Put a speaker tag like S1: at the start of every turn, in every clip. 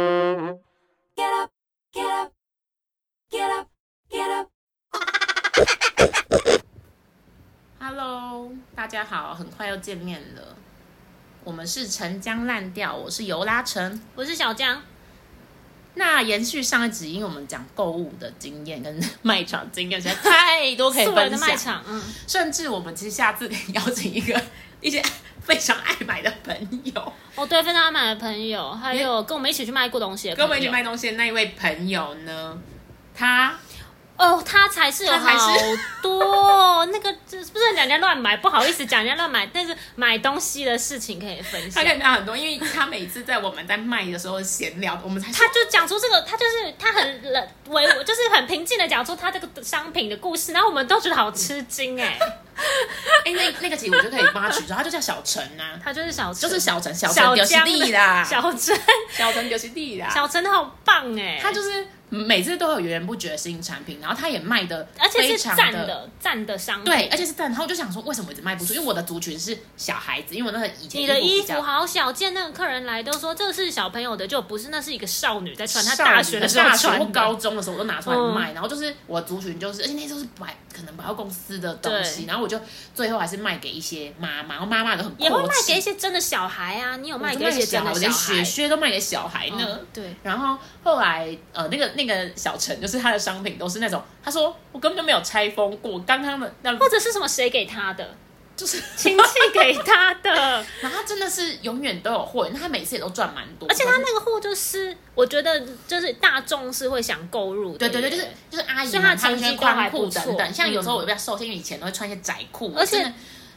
S1: Get up, get up, get up, get up.
S2: Hello，大家好，很快又见面了。我们是陈江烂调，我是尤拉陈，我是小江。那延续上一集，因为我们讲购物的经验跟 卖场经验，实在太多可以
S3: 素
S2: 分
S3: 人
S2: 享。
S3: 的卖场，嗯，
S2: 甚至我们其实下次可以邀请一个一些非常爱买的朋友，
S3: 哦对，非常爱买的朋友，还有跟我们一起去卖过东西的朋友，
S2: 跟我们一起卖东西的那一位朋友呢，他
S3: 哦，他才是有
S2: 他才
S3: 好
S2: 是
S3: 多那个，这不是讲人家乱买，不好意思讲人家乱买，但是买东西的事情可以分
S2: 他
S3: 享。
S2: 跟你讲很多，因为他每次在我们在卖的时候闲聊，我们才
S3: 他就讲出这个，他就是他很冷唯，就是很平静的讲出他这个商品的故事，然后我们都觉得好吃惊哎、
S2: 哎、那那个集我就可以帮他取消，他就叫小陈呐、啊，
S3: 他就是小
S2: 就
S3: 陈，
S2: 是小陈，小陈
S3: 小
S2: 丢
S3: 江
S2: 弟啦，
S3: 小陈，
S2: 小陈丢弟啦，
S3: 小陈好棒哎、
S2: 他就是每次都有源源不绝的新产品，然后他也卖的，
S3: 而且
S2: 非
S3: 是
S2: 常
S3: 赞
S2: 的。
S3: 的赞的商品，
S2: 对，而且是赞，然后我就想说，为什么我一直卖不出？因为我的族群是小孩子，因为我那个以前
S3: 你的
S2: 衣
S3: 衣
S2: 比较
S3: 服好小件，那个客人来都说这是小朋友的，就不是，那是一个少女在穿，她
S2: 少
S3: 大
S2: 女
S3: 学
S2: 的
S3: 的时候
S2: 大学
S3: 穿
S2: 或
S3: 的嗯
S2: 高中的时候，我都拿出来卖。然后就是我族群就是，而且那时候是百可能百货公司的东西，
S3: 对
S2: 然后我就最后还是卖给一些妈妈，然后妈妈都很
S3: 也会
S2: 阔
S3: 卖
S2: 气
S3: 给一些真的小孩啊，你有
S2: 我
S3: 卖
S2: 就
S3: 给一些
S2: 小
S3: 真
S2: 孩，
S3: 的
S2: 我
S3: 小
S2: 连雪
S3: 孩？
S2: 靴都卖给小孩呢。
S3: 嗯对，
S2: 然后后来，呃，那个那个小陈，就是他的商品都是那种，他说我根本就没有拆封过，刚刚的那
S3: 或者是什么谁给他 的，
S2: 就是
S3: 亲戚给他 的，
S2: 然后他真的是永远都有货源，他每次也都赚蛮多，
S3: 而且他那个货就是，我觉得就是大众是会想购入的
S2: 对
S3: 耶，
S2: 对对，就是就是阿姨
S3: 所以
S2: 们
S3: 他
S2: 她
S3: 成
S2: 们穿
S3: 绩都还
S2: 宽
S3: 不
S2: 裤等等，
S3: 错
S2: 像有时候
S3: 嗯
S2: 我比较瘦，因为以前都会穿一些窄裤，
S3: 而且
S2: 真的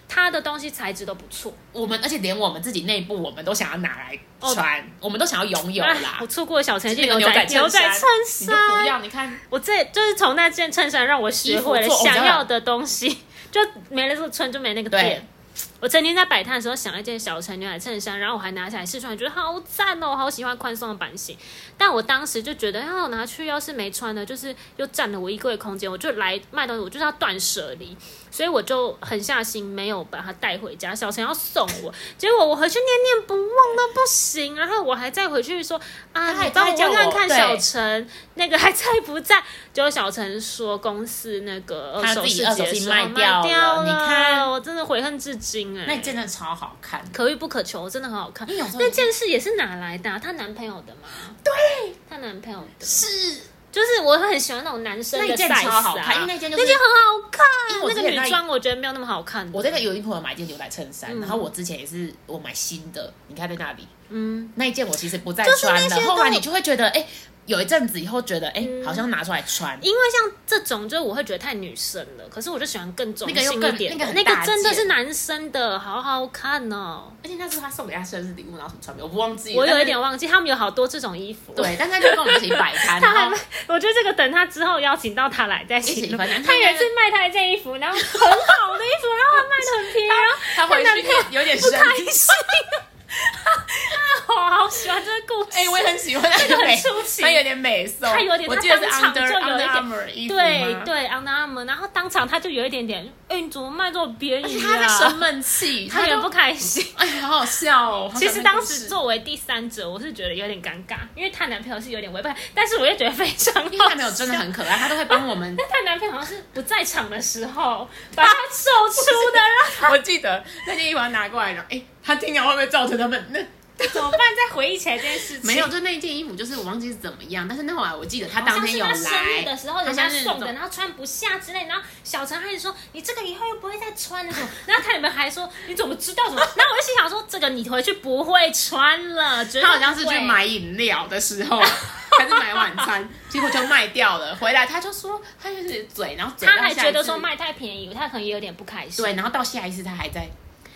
S3: 他的东西材质都不错。
S2: 我们而且连我们自己内部我们都想要拿来
S3: 哦
S2: 穿，我们都想要拥有啦
S3: 哎我。错过小陈
S2: 那
S3: 这
S2: 个牛
S3: 仔
S2: 仔
S3: 牛仔衬
S2: 你就不
S3: 衫，
S2: 要，你看
S3: 我这就是从那件衬衫让我学会
S2: 衣
S3: 了
S2: 服做偶像
S3: 想要的东西，就没了这个村就没那个
S2: 对
S3: 店。我曾经在摆摊的时候想了一件小陈牛仔衬衫，然后我还拿起来试穿，觉得好赞哦，我好喜欢宽松的版型。但我当时就觉得，要拿去要是没穿的，就是又占了我衣柜的空间，我就来卖东西，我就是要断舍离，所以我就狠下心没有把它带回家。小陈要送我，结果我回去念念不忘到不行，然后我还再回去说啊，
S2: 他还
S3: 你帮我
S2: 他还
S3: 问
S2: 叫我
S3: 看看
S2: 对
S3: 小陈那个还在不在？结果小陈说公司那个呃二
S2: 他
S3: 手
S2: 自己
S3: 市
S2: 二
S3: 集
S2: 手
S3: 的
S2: 市
S3: 时
S2: 卖
S3: 候
S2: 掉
S3: 啊卖
S2: 了你看
S3: 我真的悔恨至今哎、
S2: 那件真的超好看，
S3: 可遇不可求，真的很好看。
S2: 你有时候
S3: 那件事也是哪来的、啊？她男朋友的吗？对，她男朋友的，
S2: 是
S3: 就是我很喜欢那种男生
S2: 那
S3: 的
S2: 一件
S3: size 啊，
S2: 超好看，因为那件就是
S3: 那件很好看
S2: 因为我。之
S3: 那
S2: 前
S3: 个
S2: 那
S3: 女装我觉得没有那么好看。
S2: 我在那优衣库有买一件牛仔衬衫，
S3: 嗯
S2: 然后我之前也是我买新的，你看在那里
S3: 嗯，
S2: 那一件我其实不再
S3: 就是那
S2: 穿
S3: 些
S2: 了，
S3: 都
S2: 后来你就会觉得哎、有一阵子以后觉得哎、好像拿出来穿，
S3: 因为像这种就是我会觉得太女生了，可是我就喜欢更中
S2: 那个又
S3: 性
S2: 更
S3: 一点
S2: 那
S3: 的
S2: 个，很
S3: 那
S2: 大
S3: 个真的
S2: 件
S3: 是男生的，好好看哦。
S2: 而且那是他送给他生日礼物，然后什么穿没有，我忘记了，
S3: 我有
S2: 但
S3: 一
S2: 是
S3: 点忘记，他们有好多这种衣服。
S2: 对，但他就跟我们一起摆 摊，
S3: 他还
S2: 然后
S3: 卖， 我觉得这个等他之后邀请到他来再
S2: 一起
S3: 请。
S2: 反正
S3: 他有一次卖他一件衣服，然后很好的衣服，然后他卖的很 便宜，然后
S2: 他回去有点生
S3: 开
S2: 气，
S3: 心。我好喜欢这个故事。
S2: 哎、我也很喜欢那
S3: 这个
S2: 美
S3: 很出奇
S2: 他有点美颂，
S3: 他有点
S2: 我记得是
S3: 他当
S2: Under
S3: 场就有
S2: Under
S3: 一点
S2: Armour 衣服
S3: 对
S2: 吗，
S3: 对，on arm，然后当场他就有一点点，哎，你怎么卖这么便
S2: 而且
S3: 宜
S2: 他在生
S3: 啊？
S2: 闷气，
S3: 他有
S2: 就
S3: 点不开心。
S2: 哎，好好笑哦。好
S3: 其
S2: 想
S3: 实
S2: 那个
S3: 当
S2: 事
S3: 时作为第三者，我是觉得有点尴尬，因为她男朋友是有点违背，但是我又觉得非常好
S2: 因为他没有真的很可爱，他都会帮我们
S3: 但她男朋友好像是不在场的时候 把她手出的，让
S2: 我记得那件衣服要拿过来了，哎、他听到会不会造成他们那？
S3: 怎么办？再回忆起来这件事情，
S2: 没有，就那一件衣服，就是我忘记是怎么样，但是那会儿我记得 他
S3: 好
S2: 当
S3: 像
S2: 天
S3: 是
S2: 有
S3: 他生日
S2: 来
S3: 的，时候
S2: 他
S3: 人
S2: 像
S3: 家
S2: 是
S3: 送
S2: 那
S3: 的，
S2: 种
S3: 然后穿不下之类，然后小陈还是说你这个以后又不会再穿了什么， 然后他里面还说你怎么知道什么， 然后我就心想说这个你回去不会穿了，绝对
S2: 他好像是
S3: 不会
S2: 去买饮料的时 候，还是买晚餐，结果就卖掉了。回来他就说他就是嘴，然后嘴
S3: 他
S2: 到
S3: 还
S2: 下
S3: 觉
S2: 一
S3: 得
S2: 次
S3: 说卖太便宜，他可能也有点不开心。
S2: 对，然后到下一次他还在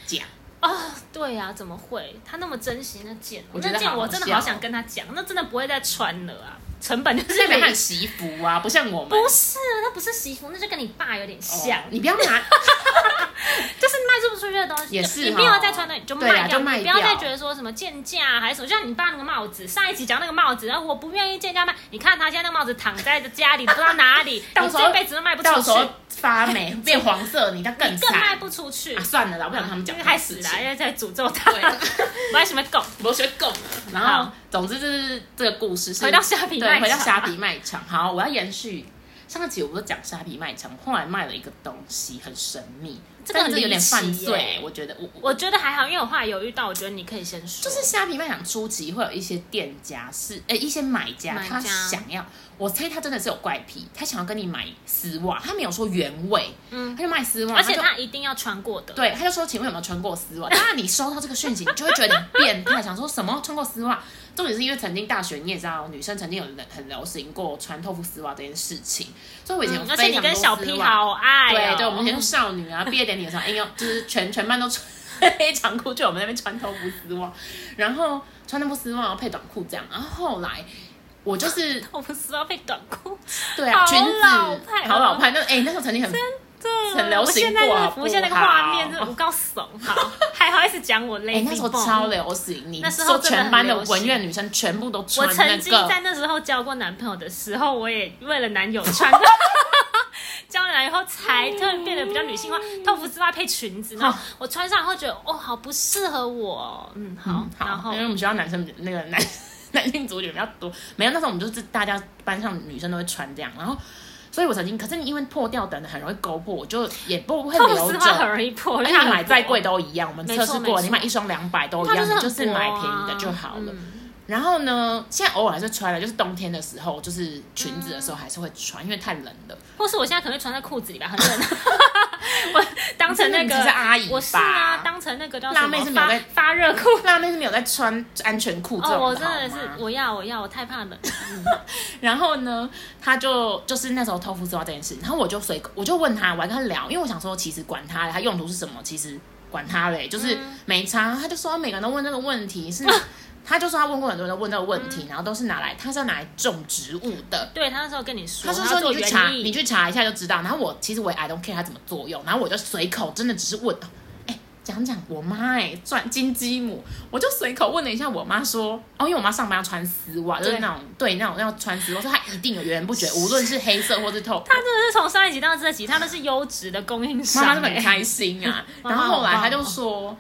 S2: 讲，
S3: 哦，对啊，怎么会？他那么珍惜那件哦，
S2: 我觉得
S3: 那件
S2: 好
S3: 我真的
S2: 好
S3: 好
S2: 笑
S3: 想跟他讲，那真的不会再穿了啊，成本就
S2: 代
S3: 是
S2: 表
S3: 没
S2: 他很惜福啊，不像我们。
S3: 啊
S2: 哦
S3: 不是，那不是西服，那就跟你爸有点像，
S2: 你不要拿，
S3: 就是卖这出去的东西，
S2: 也
S3: 就是你
S2: 哦
S3: 不要再穿的，你就
S2: 对啊
S3: 卖掉，
S2: 就卖
S3: 你不要
S2: 掉
S3: 再觉得说什么贱价、啊、还是什么。就像你爸那个帽子，上一集讲那个帽子，然后我不愿意贱价卖，你看他现在那帽子躺在家里，不知道哪里，
S2: 到
S3: 你
S2: 时候
S3: 这辈子都卖不出
S2: 到时候
S3: 去，
S2: 发 霉变黄色，你那更
S3: 更卖
S2: 惨。
S3: 不出去
S2: 啊，。算了啦，我不想跟他们讲 这
S3: 害
S2: 种
S3: 死
S2: 事
S3: 了，
S2: 情。
S3: 因为在诅咒他， 我还什么狗？
S2: 我学够了。然后
S3: 好，
S2: 总之就是这个故事是
S3: 回到虾皮卖
S2: 对，
S3: 场
S2: 回到虾皮卖场。好，我要延续上一集，我不是讲虾皮卖场，后来卖了一个东西，很神秘，
S3: 这个
S2: 但是有点犯
S3: 很离奇
S2: 罪
S3: 耶，
S2: 我觉得我我
S3: 我觉得还好，因为我后来有遇到，我觉得你可以先说。
S2: 就是虾皮卖场初期会有一些店家是呃一些买家，
S3: 买家
S2: 他想要，我猜他真的是有怪癖，他想要跟你买丝袜，他没有说原味，
S3: 嗯
S2: 他就卖丝袜，
S3: 而且
S2: 就
S3: 他一定要穿过的。
S2: 对，他就说：“请问有没有穿过丝袜？”当然，你收到这个讯息，你就会觉得你变态，想说什么穿过丝袜？重点是因为曾经大学你也知道，女生曾经有人很流行过穿透肤丝袜这件事情，所以我以前有
S3: 嗯，而且
S2: 非
S3: 你
S2: 常
S3: 跟
S2: 多
S3: 小
S2: 丝
S3: P
S2: 袜。
S3: 好爱、
S2: 对
S3: 哦，
S2: 对，我们以前是少女啊，毕业典礼的时候，哎呦，就是全全班都穿 黑长裤，就我们那边穿透肤丝袜，然后穿透肤丝袜然后配短裤这样，然后后来。我就是
S3: 我们丝袜配短 裤，
S2: 对啊，
S3: 好
S2: 裙子
S3: 老派哦
S2: 好老派。那哎、那时候曾经很
S3: 对
S2: 很流行
S3: 我现在
S2: 过
S3: 那
S2: 好
S3: 个
S2: 不
S3: 浮现那个
S2: 好
S3: 画面，真的我告怂，好，还好意思讲 我
S2: 哎、
S3: 累。
S2: 那时候
S3: 冰棒
S2: 超流行，你
S3: 那时候
S2: 说
S3: 真的
S2: 全班的
S3: 很流行
S2: 文院女生全部都
S3: 我
S2: 穿那个。
S3: 曾经在那时候交过男朋友的时候，我也为了男友 穿过。交了男友后才突然变得比较女性化，透肤丝袜配裙子，然后
S2: 好
S3: 我穿上后觉得哦，好不适合我哦，嗯，好
S2: 嗯，
S3: 然
S2: 好，
S3: 后
S2: 因为我们学校男生比那个男 男性族群比较多，没有那时候我们就是大家班上女生都会穿这样，然后。所以我曾经，可是因为破掉等的很容易勾破，我就也不会
S3: 透
S2: 留
S3: 肤丝袜很
S2: 着。
S3: 容易破
S2: 而
S3: 裂，
S2: 且买再贵都一样，我们
S3: 没
S2: 测
S3: 错
S2: 试过，
S3: 没错
S2: 你买一双两百都一
S3: 它
S2: 样，
S3: 就是很
S2: 你就是
S3: 薄啊嗯
S2: 买便宜的就好了。然后呢，现在偶尔还是穿了，啊就是冬天的时候，就是裙子的时候还是会穿，因为太冷了。
S3: 或是我现在可能会穿在裤子里吧，很冷。 我当成那
S2: 你
S3: 个
S2: 真的是阿姨吧
S3: 我是啊，当成那个叫什
S2: 辣
S3: 么
S2: 妹是没有
S3: 发
S2: 在
S3: 发热裤。
S2: 辣啊妹是没有在穿安全裤这
S3: 哦，
S2: 种
S3: 我
S2: 的
S3: 真
S2: 好吗？
S3: 的是，我要我要，我太怕冷。
S2: 然后呢，他就就是那时候偷肤丝袜这件事，然后我就随口我就问他，我还跟他聊，因为我想说其实管他嘞，他用途是什么，其实管他嘞，就是没差。他就说每个人都问这个问题是。他就说他问过很多人都问这个问题，然后都是拿来他是要拿来种植物的，
S3: 对他那时候跟你说，
S2: 他是
S3: 要
S2: 说
S3: 做
S2: 你去
S3: 园
S2: 查，
S3: 艺
S2: 你去查一下就知道。然后我其实我也 I don't care 它怎么作用，然后我就随口真的只是问，哎、讲讲我妈哎、转金鸡母，我就随口问了一下我妈说，哦，因为我妈上班要穿丝袜，就是
S3: 对
S2: 那种对那种要穿丝袜，所以她一定有源源不绝，无论是黑色或是透
S3: 他真的是从上一集到这集，他都是优质的供应商、
S2: 妈妈
S3: 欸。
S2: 就很开 心啊。
S3: 妈
S2: 然
S3: 妈
S2: 后后来
S3: 好棒
S2: 她就说，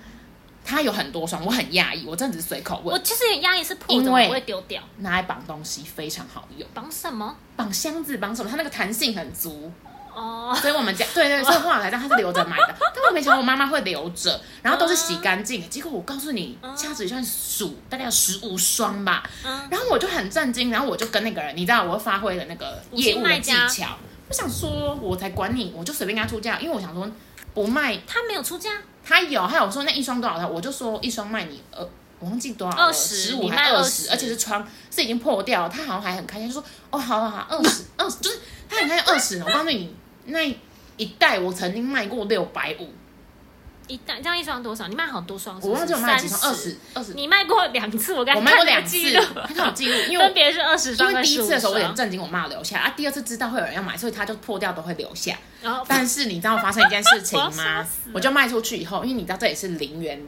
S2: 她有很多双，我很讶异，我真的只是随口
S3: 我
S2: 问，
S3: 其实也压力是破
S2: 因
S3: 的，
S2: 为
S3: 我不会丢掉。
S2: 拿来绑东西非常好用，
S3: 绑什么？
S2: 绑箱子绑什么，它那个弹性很足。
S3: 哦，
S2: 所以我们家对对，所以后来才知道他是留着买的， 但我没想到我妈妈会留着，然后都是洗干净的。结果我告诉你，掐指一算数，大概有十五双吧。
S3: 嗯，
S2: 然后我就很震惊，然后我就跟那个人，你知道，我又发挥了那个业务的技
S3: 五星
S2: 巧。我想说，我才管你，我就随便跟他出价，因为我想说不卖。
S3: 他没有出价，
S2: 他有，还有说那一双多少钱，我就说一双卖你呃，我忘记多少
S3: 20
S2: 了，十五
S3: 你
S2: 还
S3: 卖
S2: 二十，
S3: 20
S2: 而且是穿是已经破掉了，他好像还很开心，就说哦，好好好，二 十二十，就是他很开心二十。我告诉你，那一袋我曾经卖过六百五，
S3: 一袋这样一双多少？你卖好多双是
S2: 我
S3: 不是，
S2: 忘记我卖了几双，二
S3: 30。
S2: 十二十，
S3: 你卖过两次，我刚
S2: 我
S3: 刚
S2: 卖过
S3: 看你的
S2: 两次
S3: 记，
S2: 他
S3: 录，
S2: 看 我记录，因为
S3: 分
S2: 我。
S3: 别是二十
S2: 因
S3: 双
S2: 为
S3: 跟
S2: 第一
S3: 十五
S2: 次
S3: 双
S2: 的时候我有点震惊，我妈留下啊。第二次知道会有人要买，所以他就破掉都会留下。
S3: 然后
S2: 但是你知道发生一件事情
S3: 我要
S2: 吗
S3: 笑死？了
S2: 我就卖出去以后，因为你知道这也是零元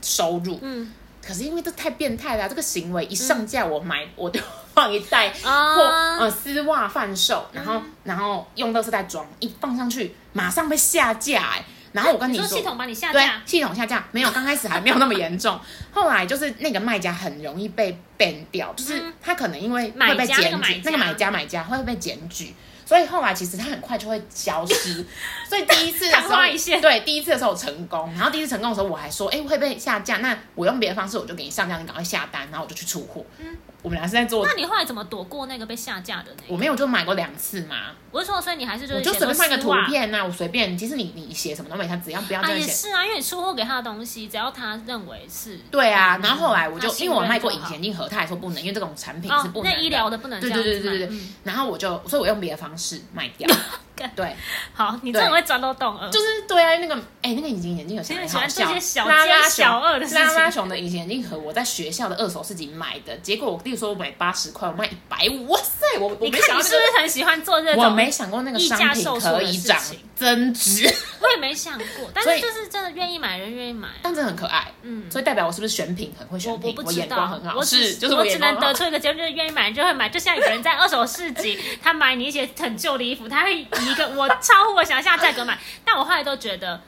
S2: 收入，
S3: 嗯，
S2: 可是因为这太变态了、这个行为一上架我买、我就放一袋或、
S3: 啊嗯
S2: 呃丝袜贩售，然后、然后用垃圾袋装，一放上去马上被下架、哎，然后我跟
S3: 你
S2: 说
S3: 说系统把你下
S2: 对啊
S3: 架，
S2: 系统下架没有，刚开始还没有那么严重，后来就是那个卖家很容易被 ban 掉，就是
S3: 嗯
S2: 他可能因为会被
S3: 买家
S2: 检
S3: 那个买
S2: 举
S3: 家，
S2: 那个买家买家会被检举。所以后来其实他很快就会消失，所以第一次的时
S3: 昙花一
S2: 候，
S3: 现
S2: 对第一次的时候我成功，然后第一次成功的时候我还说，哎、会被下架，那我用别的方式我就给你上架，你赶快下单，然后我就去出货。嗯，我们俩是在做
S3: 那，你后来怎么躲过那个被下架的那
S2: 我
S3: 个？
S2: 没有就买过两次嘛，
S3: 我是说，所以你还是就
S2: 我
S3: 是
S2: 就
S3: 写
S2: 随
S3: 说
S2: 便放一个
S3: 丝
S2: 图
S3: 袜
S2: 片啊，我随便，其实你你写什么都没差，只要不要
S3: 啊，
S2: 真的
S3: 也
S2: 写
S3: 是啊，因为你出货给他的东西，只要他认为是
S2: 对啊，然后后来我
S3: 嗯他
S2: 就
S3: 信
S2: 因为我
S3: 任
S2: 卖过
S3: 就
S2: 隐
S3: 好
S2: 形眼镜盒，他还说不能，因为这种产品是
S3: 哦
S2: 不，能
S3: 那
S2: 的。
S3: 医疗的不能这
S2: 对
S3: 样
S2: 对
S3: 子
S2: 对对
S3: 卖
S2: 对对
S3: 嗯，
S2: 然后我就，所以我用别的方式卖掉，
S3: 干
S2: 对，
S3: 好，你真的
S2: 对
S3: 会钻到洞了。
S2: 就是对啊，那个哎、那个隐形眼镜有些
S3: 现在
S2: 很
S3: 喜欢做
S2: 好笑
S3: 一些，小
S2: 拉拉
S3: 奸小恶的事
S2: 拉拉
S3: 情。
S2: 熊的隐形眼镜盒，我在学校的二手市集买的，结果我例如说我买八十块，我卖一百五，哇塞，我我
S3: 你
S2: 没
S3: 看
S2: 想
S3: 你
S2: 到、
S3: 是
S2: 那
S3: 不
S2: 个。
S3: 是很喜欢做这
S2: 我
S3: 种？
S2: 没想过那个
S3: 溢价
S2: 商品
S3: 售出
S2: 可
S3: 的
S2: 以
S3: 事
S2: 涨
S3: 情
S2: 增值，
S3: 我也没想过，但
S2: 所
S3: 是
S2: 以
S3: 就是真的愿意买人愿意买啊。
S2: 但真的很可爱，
S3: 嗯，
S2: 所以代表我是不是选品很会选
S3: 我
S2: 品？
S3: 不
S2: 我
S3: 知
S2: 眼
S3: 道，
S2: 光很好，
S3: 我只
S2: 是就是
S3: 我
S2: 眼
S3: 只
S2: 光
S3: 能
S2: 很
S3: 得
S2: 好。
S3: 出一个结论，就是愿意买人就会买。就像有人在二手市集，他买你一些很旧的衣服，他会以一个我超乎我想象的价格买。但我后来都觉得。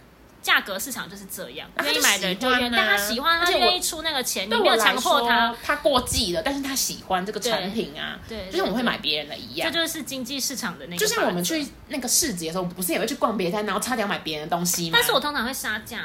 S3: 价格市场就是这样，
S2: 啊他
S3: 愿
S2: 就
S3: 意买的人就愿意，
S2: 喜欢啊
S3: 但他喜欢，
S2: 而
S3: 他
S2: 且我
S3: 愿意出那个钱，你
S2: 对
S3: 没
S2: 我
S3: 有
S2: 来
S3: 强迫
S2: 说
S3: 他。，
S2: 他过季了，但是他喜欢这个产
S3: 对
S2: 品啊，
S3: 对，
S2: 就像我会
S3: 对
S2: 买，别人的一
S3: 这
S2: 样。
S3: 就是经济市场的那个。
S2: 就像我们，去那个市集的时候，不是也会去逛别摊，然后差点要买别人的东西吗？
S3: 但是我通常会杀价，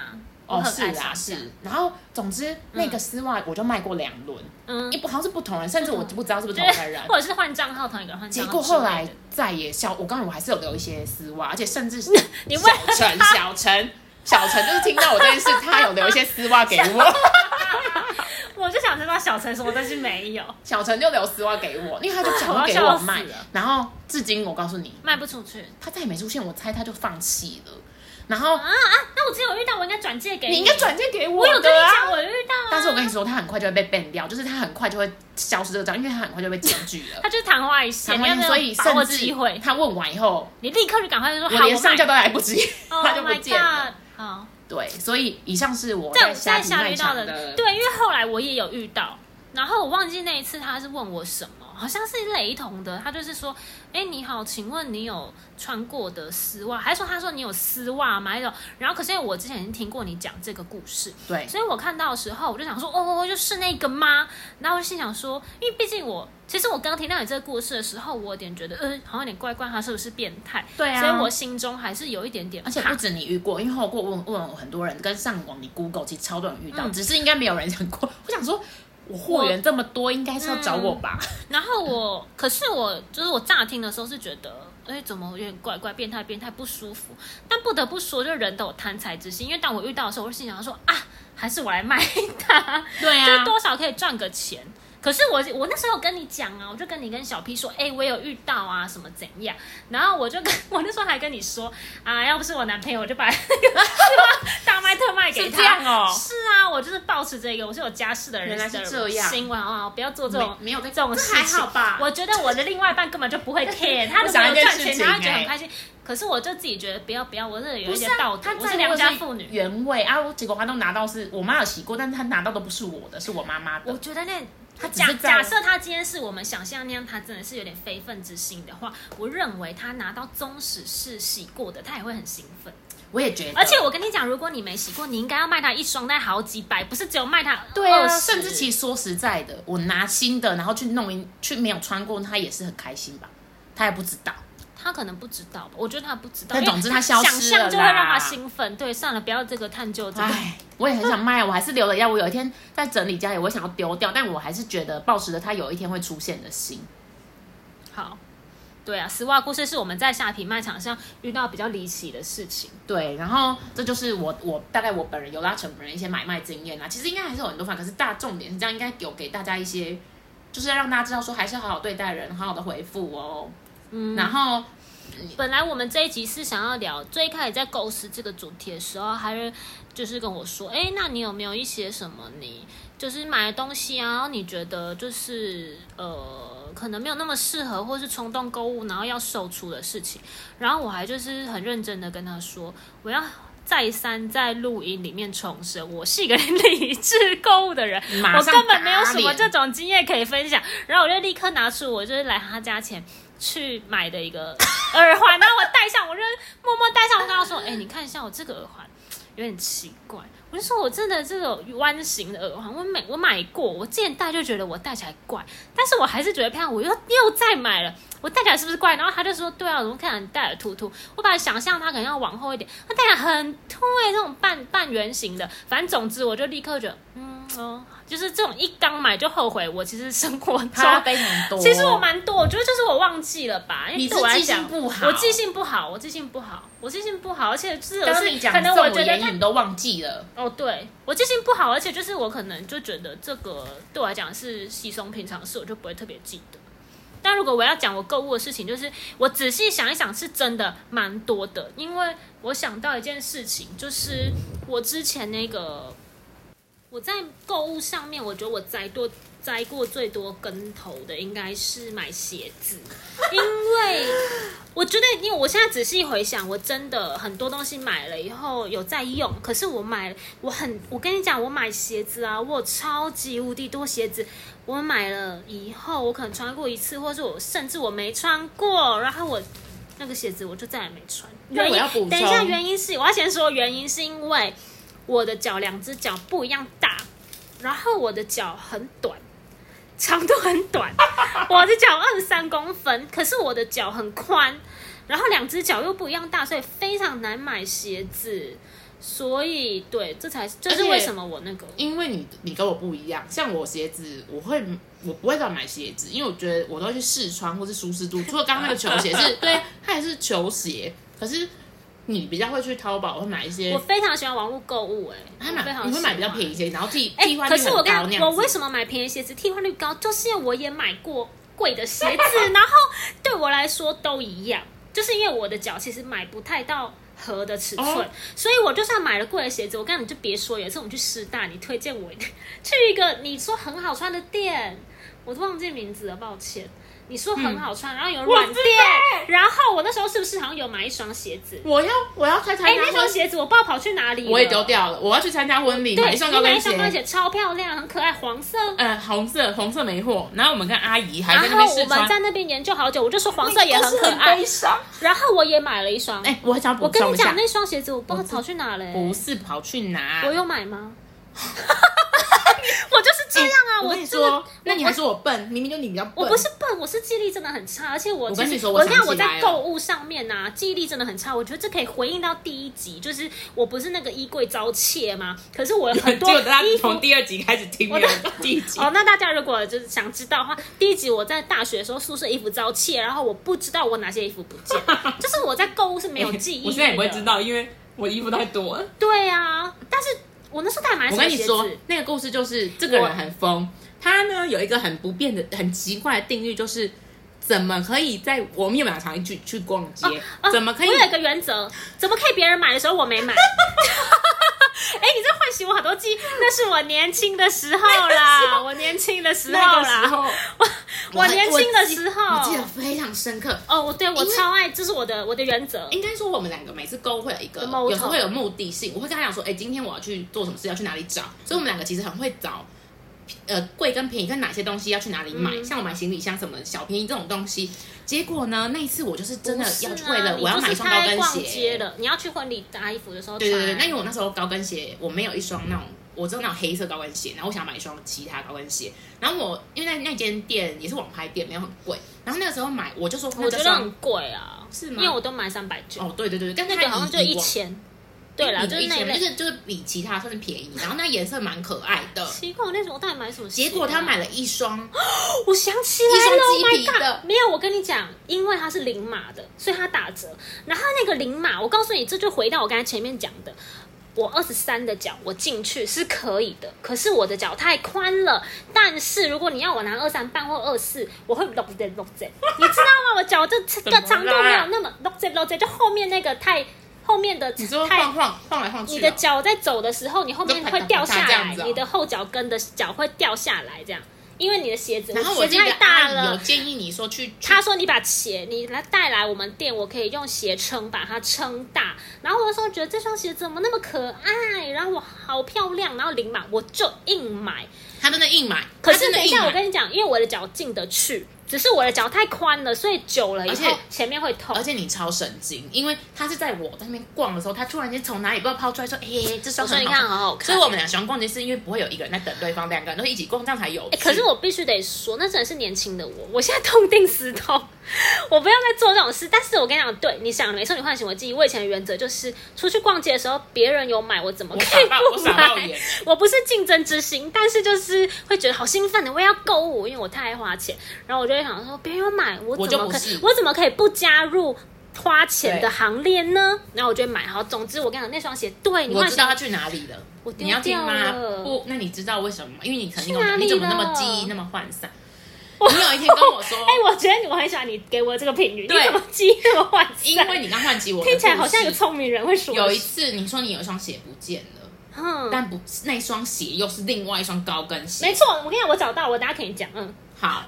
S3: 我
S2: 哦
S3: 很
S2: 是
S3: 爱杀
S2: 啦
S3: 价。
S2: 是，然后总之那个丝袜我就卖过两轮，
S3: 嗯
S2: 一，不好像是不同人，甚至我不知道是不是
S3: 就
S2: 同一个
S3: 是
S2: 人。
S3: 或者是换账号，同一个人换账
S2: 结
S3: 号。
S2: 果后来，再也消，我刚才我还是有留一些丝袜，而且甚至
S3: 你
S2: 小
S3: 问
S2: 陈小陈小陈就是听到我这件事，他有留一些丝袜给 我。
S3: 我就想知道小陈什么，但是没有，
S2: 小陈就留丝袜给我，因为他就想要给
S3: 我要
S2: 我
S3: 笑死
S2: 卖
S3: 了，
S2: 然后至今我告诉你，
S3: 卖不出去。
S2: 他再也没出现，我猜他就放弃了。然后
S3: 那我之前有遇到，我应该转借给
S2: 你应该转借给
S3: 啊我有跟
S2: 的
S3: 你
S2: 啊。
S3: 讲，我遇到啊。
S2: 但是我跟你说，他很快就会被 ban 掉，就是他很快就会消失这个账，因为他很快就被检举了。
S3: 他就是昙花一现，
S2: 然
S3: 你要
S2: 后
S3: 没
S2: 所以
S3: 有把
S2: 甚
S3: 握
S2: 至
S3: 机会？
S2: 他问完以后，
S3: 你立刻就赶快就说
S2: 我
S3: 好，
S2: 连
S3: 我卖
S2: 上架都来不及，
S3: Oh
S2: 他就不见
S3: my
S2: 了。
S3: God 好，
S2: 对，所以以上是我
S3: 在我
S2: 虾
S3: 在
S2: 皮
S3: 下
S2: 卖
S3: 遇到
S2: 场
S3: 的，对，因为后来我也有遇到，然后我忘记那一次他是问我什么，好像是雷同的，他就是说，哎、你好，请问你有穿过的丝袜？还是说他说你有丝袜吗？那种，然后可是因为我之前已经听过你讲这个故事，
S2: 对，
S3: 所以我看到的时候，我就想说，哦，就是那个吗？然后我心想说，因为毕竟我，其实我刚听到你这个故事的时候，我有点觉得，呃，好像有点怪怪，他是不是变态？
S2: 对啊
S3: 所以我心中还是有一点点怕，
S2: 而且不止你遇过，因为后过问问我很多人，跟上网你 Google 其实超多人遇到，
S3: 嗯
S2: 只是应该没有人想过。我想说，我货源这么多，应该是要找我吧？
S3: 然后我，可是我就是我乍听的时候是觉得，哎，怎么有点怪怪，变态变态不舒服。但不得不说，就人都有贪财之心，因为当我遇到的时候，我就心想说啊，还是我来卖它，
S2: 对啊
S3: 就多少可以赚个钱。可是我我那时候有跟你讲啊，我就跟你跟小 P 说，哎、我有遇到啊，什么怎样？然后我就跟 我那时候还跟你说啊，要不是我男朋友，我就把那个大卖特卖给
S2: 是
S3: 他。
S2: 这样哦
S3: 是啊，我就是抱持这个，我是有家室的人，
S2: 原来是这样
S3: 新闻啊，不要做这
S2: 没
S3: 种
S2: 没有在
S3: 这种
S2: 这
S3: 事
S2: 还
S3: 情
S2: 好吧？
S3: 我觉得我的另外一半根本就不会 care，他如果
S2: 我想
S3: 有
S2: 一件
S3: 赚
S2: 事
S3: 钱，
S2: 情
S3: 他会觉得很
S2: 欸
S3: 开心。可是我就自己觉得不要不要，我这有
S2: 不
S3: 一
S2: 是
S3: 点
S2: 啊
S3: 道德，
S2: 他
S3: 我
S2: 在
S3: 是良家妇女。
S2: 原味啊，我结果他都拿到是我妈有洗过，但是他拿到都不是我的，是我妈妈
S3: 我
S2: 的。
S3: 觉得那
S2: 他只
S3: 假
S2: 是在
S3: 假设他今天是我们想象那样，他真的是有点非分之心的话，我认为他拿到宗史是洗过的，他也会很兴奋。
S2: 我也觉得，
S3: 而且我跟你讲，如果你没洗过，你应该要卖他一双，但好几百，不是只有卖他
S2: 对啊，
S3: 20
S2: 甚至其实说实在的，我拿新的，然后去弄一去没有穿过，他也是很开心吧？他也不知道，
S3: 他可能不知道吧，我觉得他不知道。
S2: 但
S3: 因为
S2: 总之他消
S3: 想
S2: 失了
S3: 象就会让他
S2: 啦
S3: 兴奋。对，算了，不要这个探究这个。
S2: 唉，我也很想卖，我还是留了要。我有一天在整理家里，我想要丢掉，但我还是觉得保持着它有一天会出现的心。
S3: 好，对啊，丝袜故事是我们在下皮卖场上遇到比较离奇的事情。
S2: 对，然后这就是我我大概我本人尤拉成本人一些买卖经验啦。啊其实应该还是有很多款，可是大重点是这样，应该有给大家一些，就是要让大家知道说还是要好好对待人，好好的回复哦。嗯，然后
S3: 本来我们这一集是想要聊，最一开始在构思这个主题的时候，还是就是跟我说，哎，那你有没有一些什么你就是买的东西啊，然后你觉得就是呃，可能没有那么适合，或是冲动购物，然后要售出的事情。然后我还就是很认真的跟他说，我要。再三在录音里面重申，我是一个 理智购物的人，
S2: 马
S3: 我
S2: 上
S3: 根本没有
S2: 打
S3: 什么
S2: 脸
S3: 这种经验可以分享。然后我就立刻拿出我就是来他家前去买的一个耳环，然后我戴上，我就默默戴上。我跟他说：“哎、你看一下我这个耳环，有点奇怪。”我就说：“我真的这个弯形的耳环，我买我买过，我之前戴就觉得我戴起来怪，但是我还是觉得漂亮，我又又再买了。”我戴起来是不是怪？然后他就说：“对啊，怎么看起来你戴耳秃秃？”我本来想象他可能要往后一点，他戴起来很秃哎、这种半半圆形的。反正总之，我就立刻觉得，嗯哦，就是这种一刚买就后悔。我其实生活中
S2: 差非常多。
S3: 其实我蛮多，我觉得就是我忘记了吧，因为
S2: 你是
S3: 对我来
S2: 记性
S3: 讲
S2: 不好
S3: 我记性不好，我记性不好，我记性不好，而且就是
S2: 刚
S3: 我
S2: 刚你
S3: 是
S2: 讲
S3: 可能我
S2: 送我
S3: 觉得
S2: 言
S3: 他
S2: 语你都忘记了，
S3: 哦，对我记性不好，而且就是我可能就觉得这个对我来讲是稀松平常事，我就不会特别记得。但如果我要讲我购物的事情，就是我仔细想一想，是真的蛮多的，因为我想到一件事情，就是我之前那个我在购物上面，我觉得我栽多栽过最多跟头的应该是买鞋子， 因为我觉得，因为我现在仔细回想，我真的很多东西买了以后有在用，可是我买，我很，我跟你讲，我买鞋子啊，我有超级无敌多鞋子，我买了以后，我可能穿过一次，或是我甚至我没穿过，然后我那个鞋子我就再也没穿。
S2: 那我
S3: 原因
S2: 要补充
S3: 等一下，原因是我要先说原因，是因为我的脚两只脚不一样大，然后我的脚很短。长度很短，我的脚二十三公分，可是我的脚很宽，然后两只脚又不一样大，所以非常难买鞋子。所以，对，这才这
S2: 而
S3: 是
S2: 且
S3: 为什么我那个
S2: 因为你你跟我不一样，像我鞋子，我会我不会乱买鞋子，因为我觉得我都会去试穿或是舒适度。除了刚刚那个球鞋 是对，它也是球鞋，可是你比较会去淘宝会买一些
S3: 我，非常喜欢网络购物、哎，
S2: 还
S3: 我非
S2: 买
S3: 常
S2: 你会买比较
S3: 喜欢
S2: 便宜。鞋，然后替
S3: 哎、
S2: 替换率
S3: 可是我
S2: 很
S3: 跟
S2: 高那
S3: 你讲，我
S2: 样
S3: 为
S2: 子。
S3: 什么买便宜鞋子替换率高，就是因为我也买过贵的鞋 子，然后对我来说都一样，就是因为我的脚其实买不太到。合的尺寸
S2: 哦
S3: 所以我就算买了贵的鞋子，我跟你讲你就别说。有一次我们去师大，你推荐我去一个你说很好穿的店，我都忘记名字了，抱歉。你说很好
S2: 嗯
S3: 穿，然后有软垫，然后我那时候是不是好像有买一双鞋子？
S2: 我要我要开参
S3: 哎、
S2: 加
S3: 那双
S2: 婚，
S3: 鞋子我不知道跑去哪里了，
S2: 我也丢掉了。我要去参加婚礼，
S3: 对，
S2: 买一双高
S3: 你买
S2: 跟
S3: 一双
S2: 鞋
S3: 高，跟鞋超漂亮，很可爱，黄色。
S2: 呃，红色红色没货。然后我们跟阿姨还在那
S3: 然
S2: 边
S3: 后我
S2: 试
S3: 们
S2: 穿，
S3: 在那边研究好久，我就说黄色也很可
S2: 你
S3: 爱
S2: 都是很悲，伤。
S3: 然后我也买了一双。
S2: 哎，我还想补
S3: 我跟
S2: 充
S3: 你
S2: 一下
S3: 讲，，那双鞋子我不知道跑去哪了、欸
S2: 不是跑去拿，
S3: 我有买吗？ 我就是这样啊，
S2: 哎我跟
S3: 真
S2: 你
S3: 的
S2: 说，那你还
S3: 我
S2: 说我笨，明明就你比较笨。
S3: 我不是笨，我是记忆力真的很差，而且我
S2: 我
S3: 其
S2: 跟
S3: 实
S2: 你说
S3: 我
S2: 我
S3: 跟你讲
S2: 想起
S3: 我在
S2: 来了
S3: 购物上面呐、记忆力真的很差。我觉得这可以回应到第一集，就是我不是那个衣柜遭窃吗？可是我有很多
S2: 结果大
S3: 衣
S2: 家
S3: 服
S2: 从第二集开始听
S3: 我
S2: 没
S3: 的
S2: 有第一集，
S3: 哦，那大家如果就是想知道的话，第一集我在大学的时候宿舍衣服遭窃，然后我不知道我哪些衣服不 见，就是我在购物是没有记忆力的。
S2: 我现在也不会知。道，因为我衣服太多了。
S3: 对啊，但是我那时候到底买了什
S2: 我
S3: 么
S2: 跟你
S3: 鞋
S2: 说
S3: 子？，
S2: 那个故事就是这个人很疯，他呢有一个很不变的、很奇怪的定律，就是怎么可以在我们有没有常去去逛街？
S3: 啊
S2: 怎么可以
S3: 我？有一个原则，怎么可以别人买的时候我没 买？哎、你这唤醒我好多记忆，那是我年轻的时候 啦，我年轻的时候
S2: 那个时
S3: 啦，
S2: 候，
S3: 我年轻的
S2: 记
S3: 时
S2: 我记得
S3: 候。
S2: 非常深刻。
S3: 哦，我对我
S2: 因为
S3: 超爱，这是我的我的原则。
S2: 应该说我们两个每次勾会有一个，
S3: Motor
S2: 有时候会有目的性。我会跟他讲说，哎、今天我要去做什么事，要去哪里找。所以我们两个其实很会找，呃，贵跟便宜跟哪些东西要去哪里买。
S3: 嗯
S2: 像我买行李箱什么小便宜这种东西。结果呢，那一次我就是真的
S3: 不是
S2: 要
S3: 啊
S2: 去为了、我要买一双高
S3: 你
S2: 跟
S3: 就是太逛街
S2: 鞋。
S3: 了，你要去婚礼搭衣服的时候穿。
S2: 对对对，那因为我那时候高跟鞋我没有一双那种。我知道那种黑色高跟鞋，然后我想买一双其他高跟鞋，然后我因为那那间店也是网拍店，没有很贵，然后那个时候买我就说
S3: 我
S2: 我
S3: 觉
S2: 这
S3: 得
S2: 双
S3: 很贵啊，
S2: 是吗
S3: 因为我都买三百九，
S2: 哦对对对，对但
S3: 那个
S2: 它
S3: 好像
S2: 以
S3: 就
S2: 以
S3: 一
S2: 往
S3: 千。对啦，就是那一类。
S2: 以前就是就是比其他算是便宜，然后那颜色蛮可爱的。
S3: 奇怪，我那时候到底买什么鞋啊、
S2: 结果他买了一双，
S3: 我想起
S2: 一
S3: 来
S2: 双
S3: 了，Oh
S2: 鸡
S3: my
S2: 皮
S3: god！
S2: 的
S3: 没有，我跟你讲，因为它是零码的，所以它打折。然后那个零码，我告诉你，这就回到我刚才前面讲的，我二十三的脚我进去是可以的，可是我的脚太宽了。但是如果你要我拿二三半或二四，我会 lock 在 lock 在，你知道吗？我脚这这个
S2: 怎么
S3: 长度
S2: 啦
S3: 没有那么 lock 在 lock 在，就后面那个太后面的
S2: 你说
S3: 太
S2: 晃晃晃来晃去哦，
S3: 你的脚在走的时候，你后面会掉下来
S2: 这样，子哦
S3: 你的后脚跟的脚会掉下来，这样，因为你的鞋子
S2: 然后
S3: 我
S2: 我
S3: 鞋
S2: 记
S3: 子
S2: 得
S3: 太大
S2: 阿姨有
S3: 了。
S2: 建议你说去，
S3: 他说：“你把鞋你来带来我们店，我可以用鞋撑把它撑大。”然后我那时候觉得这双鞋怎么那么可爱，然后我好漂亮，然后零码我就硬买。
S2: 他真的硬买，
S3: 可
S2: 他
S3: 是
S2: 真
S3: 等
S2: 的
S3: 一
S2: 硬啊
S3: 下，我
S2: 买，
S3: 跟你讲，因为我的脚进得去，只是我的脚太宽了，所以久了以
S2: 而
S3: 后
S2: 且
S3: 前面会痛
S2: 而。且你超神经，因为他是在我在那边逛的时候，他突然间从哪里不知道抛出来说，哎、这
S3: 我
S2: 双
S3: 说
S2: 很
S3: 你
S2: 好
S3: 看，好哦好看。
S2: 所以我们俩喜欢逛街是因为不会有一个人在等对方，两个人都一起逛，这样才有趣。
S3: 哎、可是我必须得说，那真的是年轻的我，我现在痛定思痛， 我不要再做这种事。但是我跟你讲，对你想的没错，你唤醒我记忆。我以前的原则就是，出去逛街的时候，别人有买，我怎么
S2: 我
S3: 可以
S2: 傻爆，我
S3: 不
S2: 傻爆
S3: 买
S2: 眼？，
S3: 我不是竞争之心，但是就是会觉得好兴奋的，我也要购物，因为我太爱花钱。然后我就会想说，别人有买，我
S2: 我
S3: 怎
S2: 就
S3: 么可
S2: 不是
S3: 我怎么可以不加入？花钱的行列呢？然后我就会买。好，总之我跟你讲，那双鞋，对你
S2: 我
S3: 唤
S2: 知
S3: 醒
S2: 道他去哪里了。
S3: 我丢
S2: 你要听
S3: 掉
S2: 吗
S3: 了？
S2: 不，那你知道为什么吗？因为你曾经跟我
S3: 去哪
S2: 讲，
S3: 里
S2: 你怎么那么
S3: 了
S2: 记忆那么涣散？你有一天跟我说，
S3: 哎、我觉得我很喜欢你给我这个评语，你
S2: 对
S3: 怎么记忆那么涣散？
S2: 因为你刚唤起我的故事，
S3: 听起来好像一个聪明人会说的
S2: 有一次你说你有一双鞋不见了，
S3: 嗯，
S2: 但不那双鞋又是另外一双高跟鞋。
S3: 没错，我跟你讲，我找到，我大家可以讲，嗯，
S2: 好，，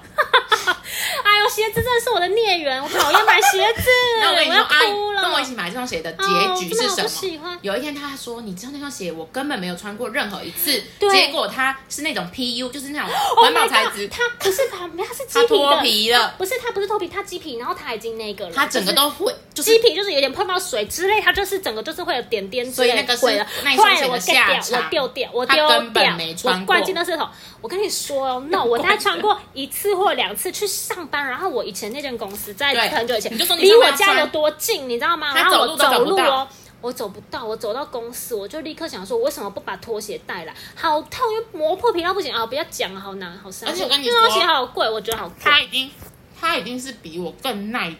S3: 哎呦，鞋子真的是我的孽缘，我讨厌买鞋子
S2: 那我跟你说，
S3: 要
S2: 阿姨
S3: 哭了。
S2: 跟我一起买这双鞋的
S3: 哦
S2: 结局是
S3: 真的好不
S2: 什
S3: 喜
S2: 么
S3: 欢？
S2: 有一天他说，你知道那双鞋我根本没有穿过任何一次，
S3: 对
S2: 结果它是那种 PU，就是那种
S3: Oh
S2: 环
S3: my
S2: 保
S3: god，
S2: 材质，
S3: 它不是它，它是鸡
S2: 它
S3: 皮的，
S2: 脱皮了，
S3: 不是它不是脱皮，它鸡皮，然后它已经那个了，
S2: 它整个都会
S3: 就
S2: 就
S3: 是是。鸡皮就是有点碰到水之类，它就是整个就是会有点点之
S2: 所以
S3: 类
S2: 那个是
S3: 毁了，
S2: 那一双
S3: 坏
S2: 鞋
S3: 了
S2: 的
S3: 我
S2: 下
S3: get
S2: 场
S3: 掉，我丢掉，我
S2: 它
S3: 丢掉，
S2: 根本没穿过
S3: 我灌进垃圾桶。我跟你说哦，no，我大 概穿过一次或两次去上班，然后我以前那间公司在
S2: 对
S3: 很久以前，
S2: 你就说你
S3: 离
S2: 上
S3: 我
S2: 班
S3: 家
S2: 穿
S3: 有多近，你知道吗？
S2: 他
S3: 然后
S2: 走路
S3: 我
S2: 都走
S3: 走
S2: 不
S3: 路
S2: 到
S3: 哦。我走不到，我走到公司，我就立刻想说，我为什么不把拖鞋带来？好痛，又磨破皮到不行啊！不要讲了，好难，好伤心。
S2: 而且我跟你
S3: 这双
S2: 说
S3: 鞋好贵，我觉得好贵。
S2: 他已经，他已经是比我更耐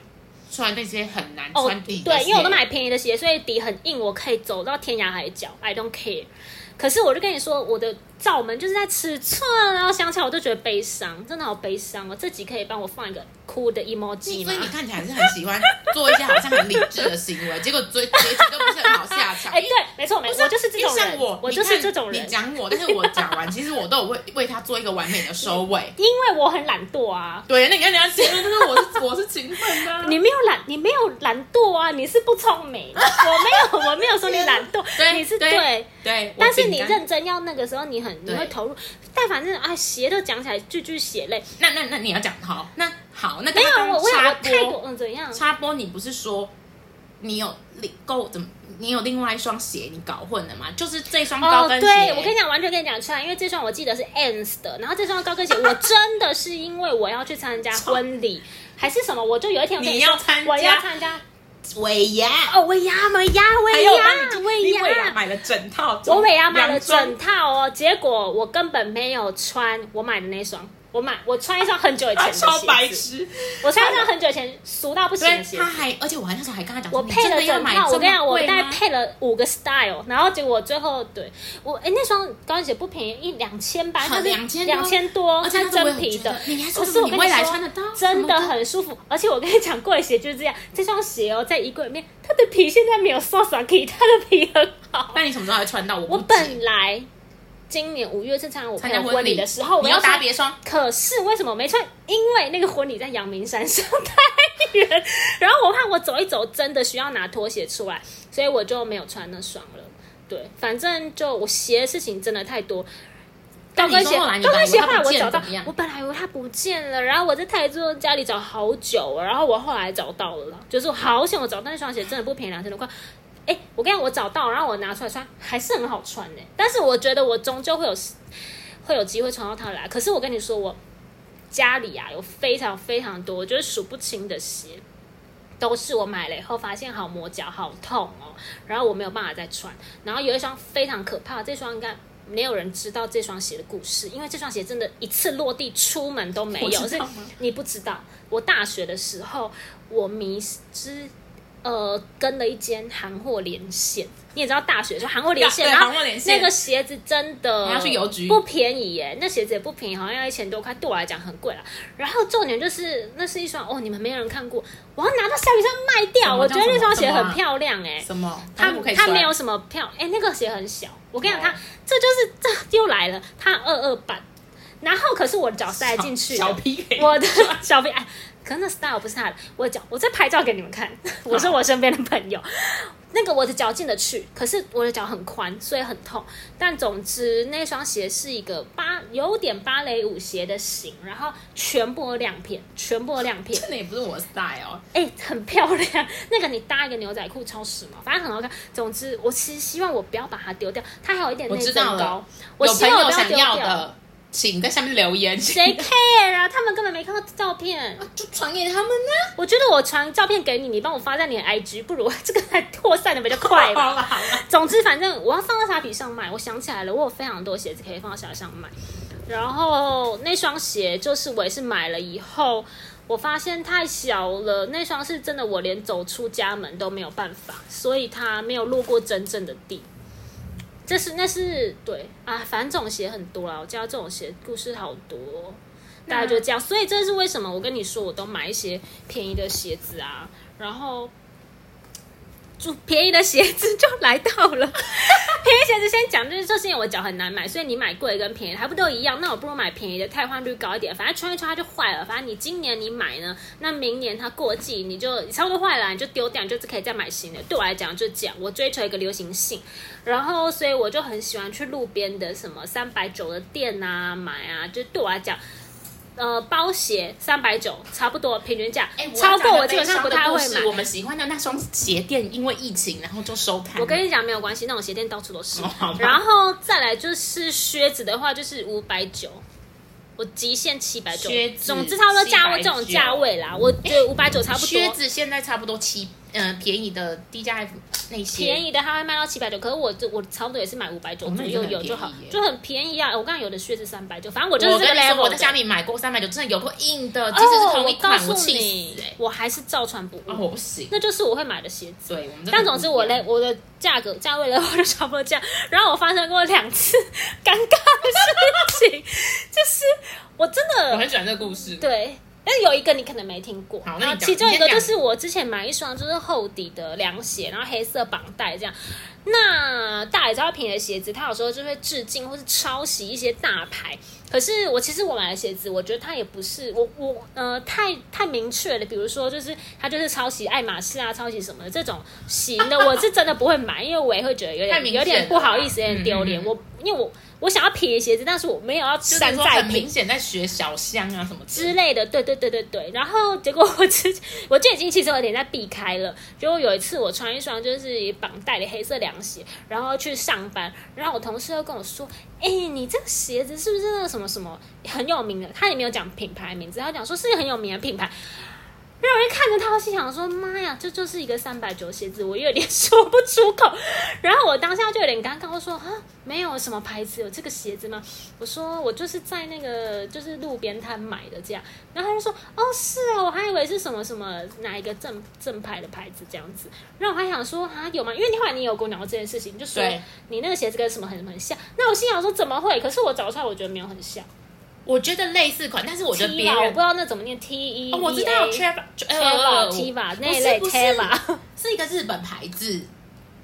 S2: 穿那些很难
S3: 哦
S2: 穿底，的鞋、
S3: 对，因为我都买便宜的鞋，所以底很硬，我可以走到天涯海角，I don't care。可是我就跟你说，我的罩门就是在尺寸，然后想起来我就觉得悲伤，真的好悲伤哦。这集可以帮我放一个哭的 emoji
S2: 所以你
S3: 吗？
S2: 看起来是很喜欢做一些好像很理智的行为，结果最结局都不是很好下场。
S3: 哎，
S2: 因
S3: 对
S2: 为，
S3: 没错，没
S2: 不
S3: 错，我就是这
S2: 因为
S3: 种
S2: 像
S3: 人，
S2: 我，
S3: 我
S2: 你
S3: 就
S2: 看
S3: 是这种人。
S2: 你，讲我，但是我讲完，其实我都有为为他做一个完美的收尾
S3: 因为我很懒惰啊。
S2: 对，那你看人家结论就是我是我是勤奋的啊、
S3: 你没有懒，你没有懒惰啊，你是不聪 明。我没有，我没有说你懒惰，
S2: 对，
S3: 你是
S2: 对
S3: 对
S2: 对，
S3: 但是
S2: 我
S3: 你
S2: 饼干
S3: 认真要那个时候，你很你
S2: 对
S3: 会投入。但反正啊，鞋都讲起来句句血泪。
S2: 那那那你要讲好，那好，那
S3: 没
S2: 刚
S3: 有，
S2: 刚
S3: 我我有
S2: 插
S3: 我泰
S2: 播
S3: 国嗯怎样？
S2: 插播，你不是说你有另购怎么？你有另外一双鞋，你搞混了吗？就是这双高
S3: 哦，
S2: 跟鞋，
S3: 对，我跟你讲，完全跟你讲出来，因为这双我记得是 Ans 的，然后这双高 跟鞋，我真的是因为我要去参加婚礼还是什么，我就有一天我跟
S2: 你
S3: 说
S2: 要参加
S3: 我要参加
S2: 尾牙，
S3: 哦，尾牙尾牙
S2: 还
S3: 尾
S2: 有我
S3: 牙
S2: 帮你
S3: 尾
S2: 你尾牙
S3: 牙，
S2: 买了整套装，
S3: 我尾牙买了整
S2: 套
S3: 套哦，结果我根本没有穿我买的那双，我买我穿一双很久以前的
S2: 啊超白
S3: 鞋子，
S2: 痴。
S3: 我穿一双很久以前俗到不行的
S2: 对，
S3: 鞋子。
S2: 他还，而且我还那时候还跟他讲说，
S3: 我
S2: 你
S3: 配
S2: 真
S3: 了
S2: 的要
S3: 整
S2: 买
S3: 套，我
S2: 这
S3: 跟你讲，
S2: 么
S3: 我
S2: 贵
S3: 大概
S2: 吗？
S3: 配了五个 style，然后结果最后对我哎、那双高跟鞋不便宜，一两千吧，
S2: 好
S3: 就是
S2: 2000多
S3: 两千多，
S2: 而且
S3: 它
S2: 那个我有
S3: 真皮
S2: 觉得
S3: 的。
S2: 你还说
S3: 可是我跟
S2: 你未来
S3: 说
S2: 穿得到
S3: 真的
S2: 什么
S3: 很舒服。而且我跟你讲，贵鞋就是这样，这双鞋哦，在衣柜里面，它的皮现在没有受伤，可以，它的皮很好。
S2: 那你什么时候还穿到？我
S3: 我
S2: 我
S3: 本来今年五月是参加我朋
S2: 参加
S3: 友
S2: 婚
S3: 婚礼的时候，我
S2: 你要搭
S3: 穿
S2: 别双，
S3: 可是为什么没穿？因为那个婚礼在阳明山上 太远，然后我怕我走一走真的需要拿拖鞋出来，所以我就没有穿那双了。对，反正就我鞋的事情真的太多。
S2: 但
S3: 高
S2: 你
S3: 跟鞋，
S2: 说后来你
S3: 高跟鞋
S2: 把
S3: 后
S2: 它
S3: 来
S2: 不
S3: 我
S2: 见
S3: 找到
S2: 怎么样，
S3: 我本来以为它不见了，然后我在泰州家里找好久，然后我后来找到了啦，就是我好想我找到那双鞋，真的不便宜，两千多块。哎、我跟你讲，我找到，然后我拿出来穿，还是很好穿呢、但是我觉得我终究会有会有机会穿到它来。可是我跟你说，我家里啊有非常非常多，我觉得数不清的鞋，都是我买了以后发现好磨脚、好痛哦，然后我没有办法再穿。然后有一双非常可怕，这双应该。没有人知道这双鞋的故事，因为这双鞋真的一次落地出门都没
S2: 我
S3: 有，
S2: 知
S3: 是
S2: 道吗
S3: 你不知道。我大学的时候，我迷失呃跟了一间韩货连线，你也知道大学就韩货连线，
S2: 对
S3: 然后
S2: 韩货连线
S3: 那个鞋子真的
S2: 还要去邮局
S3: 不便宜耶，那鞋子也不便宜，好像要一千多块，对我来讲很贵了。然后重点就是那是一双哦，你们没有人看过，我要拿到虾皮上卖掉，我觉得那双鞋很漂亮哎。
S2: 什么？啊
S3: 它
S2: 不可以
S3: 它
S2: 穿，
S3: 没有什么票，哎、那个鞋很小。我跟你讲，它
S2: 哦
S3: 这就是这又来了，它二二版。然后可是我脚塞进去的，
S2: 小皮给
S3: 我的小屁哎，可能那 style 不是他的，我脚我再拍照给你们看， 我是我身边的朋友。那个我的脚进得去，可是我的脚很宽，所以很痛。但总之，那双鞋是一个芭有点芭蕾舞鞋的型，然后全部有亮片，全部有亮 片，
S2: 真的也不是我的 style，哦
S3: 哎、很漂亮。那个你搭一个牛仔裤超时髦，反正很好看。总之，我其实希望我不要把它丢掉，它还有一点
S2: 我
S3: 内
S2: 知
S3: 增
S2: 道了
S3: 高。我
S2: 有
S3: 希
S2: 朋
S3: 望我
S2: 友
S3: 不要
S2: 想
S3: 丢
S2: 要
S3: 掉。
S2: 的，请在下面留言，
S3: 谁 care 啊？他们根本没看到照片。
S2: 就传给他们呢？
S3: 我觉得我传照片给你，你帮我发在你的 IG，不如 这个还扩散的比较快吧。
S2: 好了好了，
S3: 总之，反正我要放到虾皮上卖。我想起来了，我有非常多鞋子可以放到虾皮上卖。然后那双鞋就是我也是买了以后，我发现太小了，那双是真的我连走出家门都没有办法，所以它没有落过真正的地。这是那是对啊，反正这种鞋很多啦，我知道这种鞋故事好多哦、大概就这样。所以这是为什么我跟你说，我都买一些便宜的鞋子啊，然后。就便宜的鞋子就来到了，便 宜鞋子先讲，就是就是因为我脚很难买，所以你买贵跟便宜还不都一样？那我不如买便宜的，汰换率高一点，反正穿一穿它就坏了。反正你今年你买呢，那明年它过季你就差不多坏了，你就丢掉，你就是可以再买新的。对我来讲就这样，我追求一个流行性，然后所以我就很喜欢去路边的什么三百九的店啊买啊，就对我来讲。呃，包鞋三百九，差不多平均价，
S2: 哎我
S3: 超
S2: 要讲
S3: 过
S2: 个
S3: 我基本上
S2: 悲
S3: 不
S2: 伤的
S3: 太会
S2: 故事
S3: 买。
S2: 我们喜欢的那双鞋店因为疫情，然后就收摊。
S3: 我跟你讲没有关系，那种鞋店到处都是
S2: 哦好吧。
S3: 然后再来就是靴子的话，就是五百九，我极限七百九
S2: 靴。子
S3: 总之差不多价位
S2: 790
S3: 这种价位啦，我觉得五百九差不
S2: 靴
S3: 多。
S2: 子现在差不多七，嗯，便宜的低价那些
S3: 便宜的它会卖到七百九，可是我这我差不多也是买五百九
S2: 哦那
S3: 左
S2: 你
S3: 右
S2: 真的
S3: 有
S2: 很
S3: 就好
S2: 便宜，耶
S3: 就很便宜啊！我刚刚有的靴子三百九，反正我就是
S2: 我
S3: 这
S2: 跟
S3: 个
S2: 你说，
S3: level
S2: 我
S3: 的
S2: 在虾米买过三百九，真的有过硬的，
S3: 哦
S2: 即使是同一
S3: 我告
S2: 款，
S3: 诉
S2: 我气
S3: 你
S2: 死哎！，
S3: 我还是照穿不
S2: 啊，
S3: 误，
S2: 我不行。
S3: 那就是我会买的鞋子。
S2: 对，我们这个
S3: 但总之我
S2: 不一样
S3: 嘞，我的价格价位嘞， 我就差不多这样。然后我发生过两次 尴尬的事情，就是我真
S2: 我
S3: 的
S2: 很喜欢这个故事。
S3: 呃对。但有一个你可能没听过，
S2: 好那你
S3: 然后
S2: 讲
S3: 其中一个
S2: 你先
S3: 就
S2: 讲
S3: 是我之前买一双就是厚底的凉鞋，然后黑色绑带这样。那大家也知道，品的鞋子它有时候就会致敬或是抄袭一些大牌。可是我其实我买的鞋子，我觉得它也不是我我呃太太明确的，比如说就是它就是抄袭爱马仕啊，抄袭什么的这种型 的，我是真的不会买，因为我也会觉得有
S2: 太明
S3: 点
S2: 显
S3: 有点不好意思，有
S2: 了啦
S3: 点丢脸。
S2: 嗯嗯嗯
S3: 我因为我我想要撇鞋子，但是我没有要
S2: 就是
S3: 山
S2: 说
S3: 寨
S2: 很
S3: 品
S2: 明。显在学小香啊什么
S3: 之
S2: 之，
S3: 类的，对对对对对。然后结果我之前我就已经其实有点在避开了。结果有一次我穿一双就是绑带的黑色凉鞋，然后去上班，然后我同事又跟我说：“哎、你这个鞋子是不是那个什么什么很有名的？”他也没有讲品牌名字，他讲说是很有名的品牌。然后我一看着他，我心想说：“妈呀，这就是一个三百九鞋子，我有点说不出口。” 然后我当下就有点尴尬，我说：“啊，没有什么牌子有这个鞋子吗？”我说：“我就是在那个就是路边摊买的这样。”然后他就说：“哦，是啊，我还以为是什么什么哪一个正正牌的牌子这样子。”然后我还想说：“啊，有吗？”因为你后来你有跟我讲过这件事情，你就说
S2: 对
S3: 你那个鞋子跟什么很很像。那我心想说：“怎么会？”可是我找出来，我觉得没有很像。
S2: 我觉得类似款，但是我觉得
S3: T
S2: 别
S3: a 我
S2: 人
S3: 不知道那怎么念 T E，
S2: 哦，我知道
S3: T
S2: Treva
S3: a
S2: Treva
S3: T a 那
S2: 不
S3: 一
S2: 是
S3: 类
S2: 不是
S3: T a
S2: 是一个日本牌子，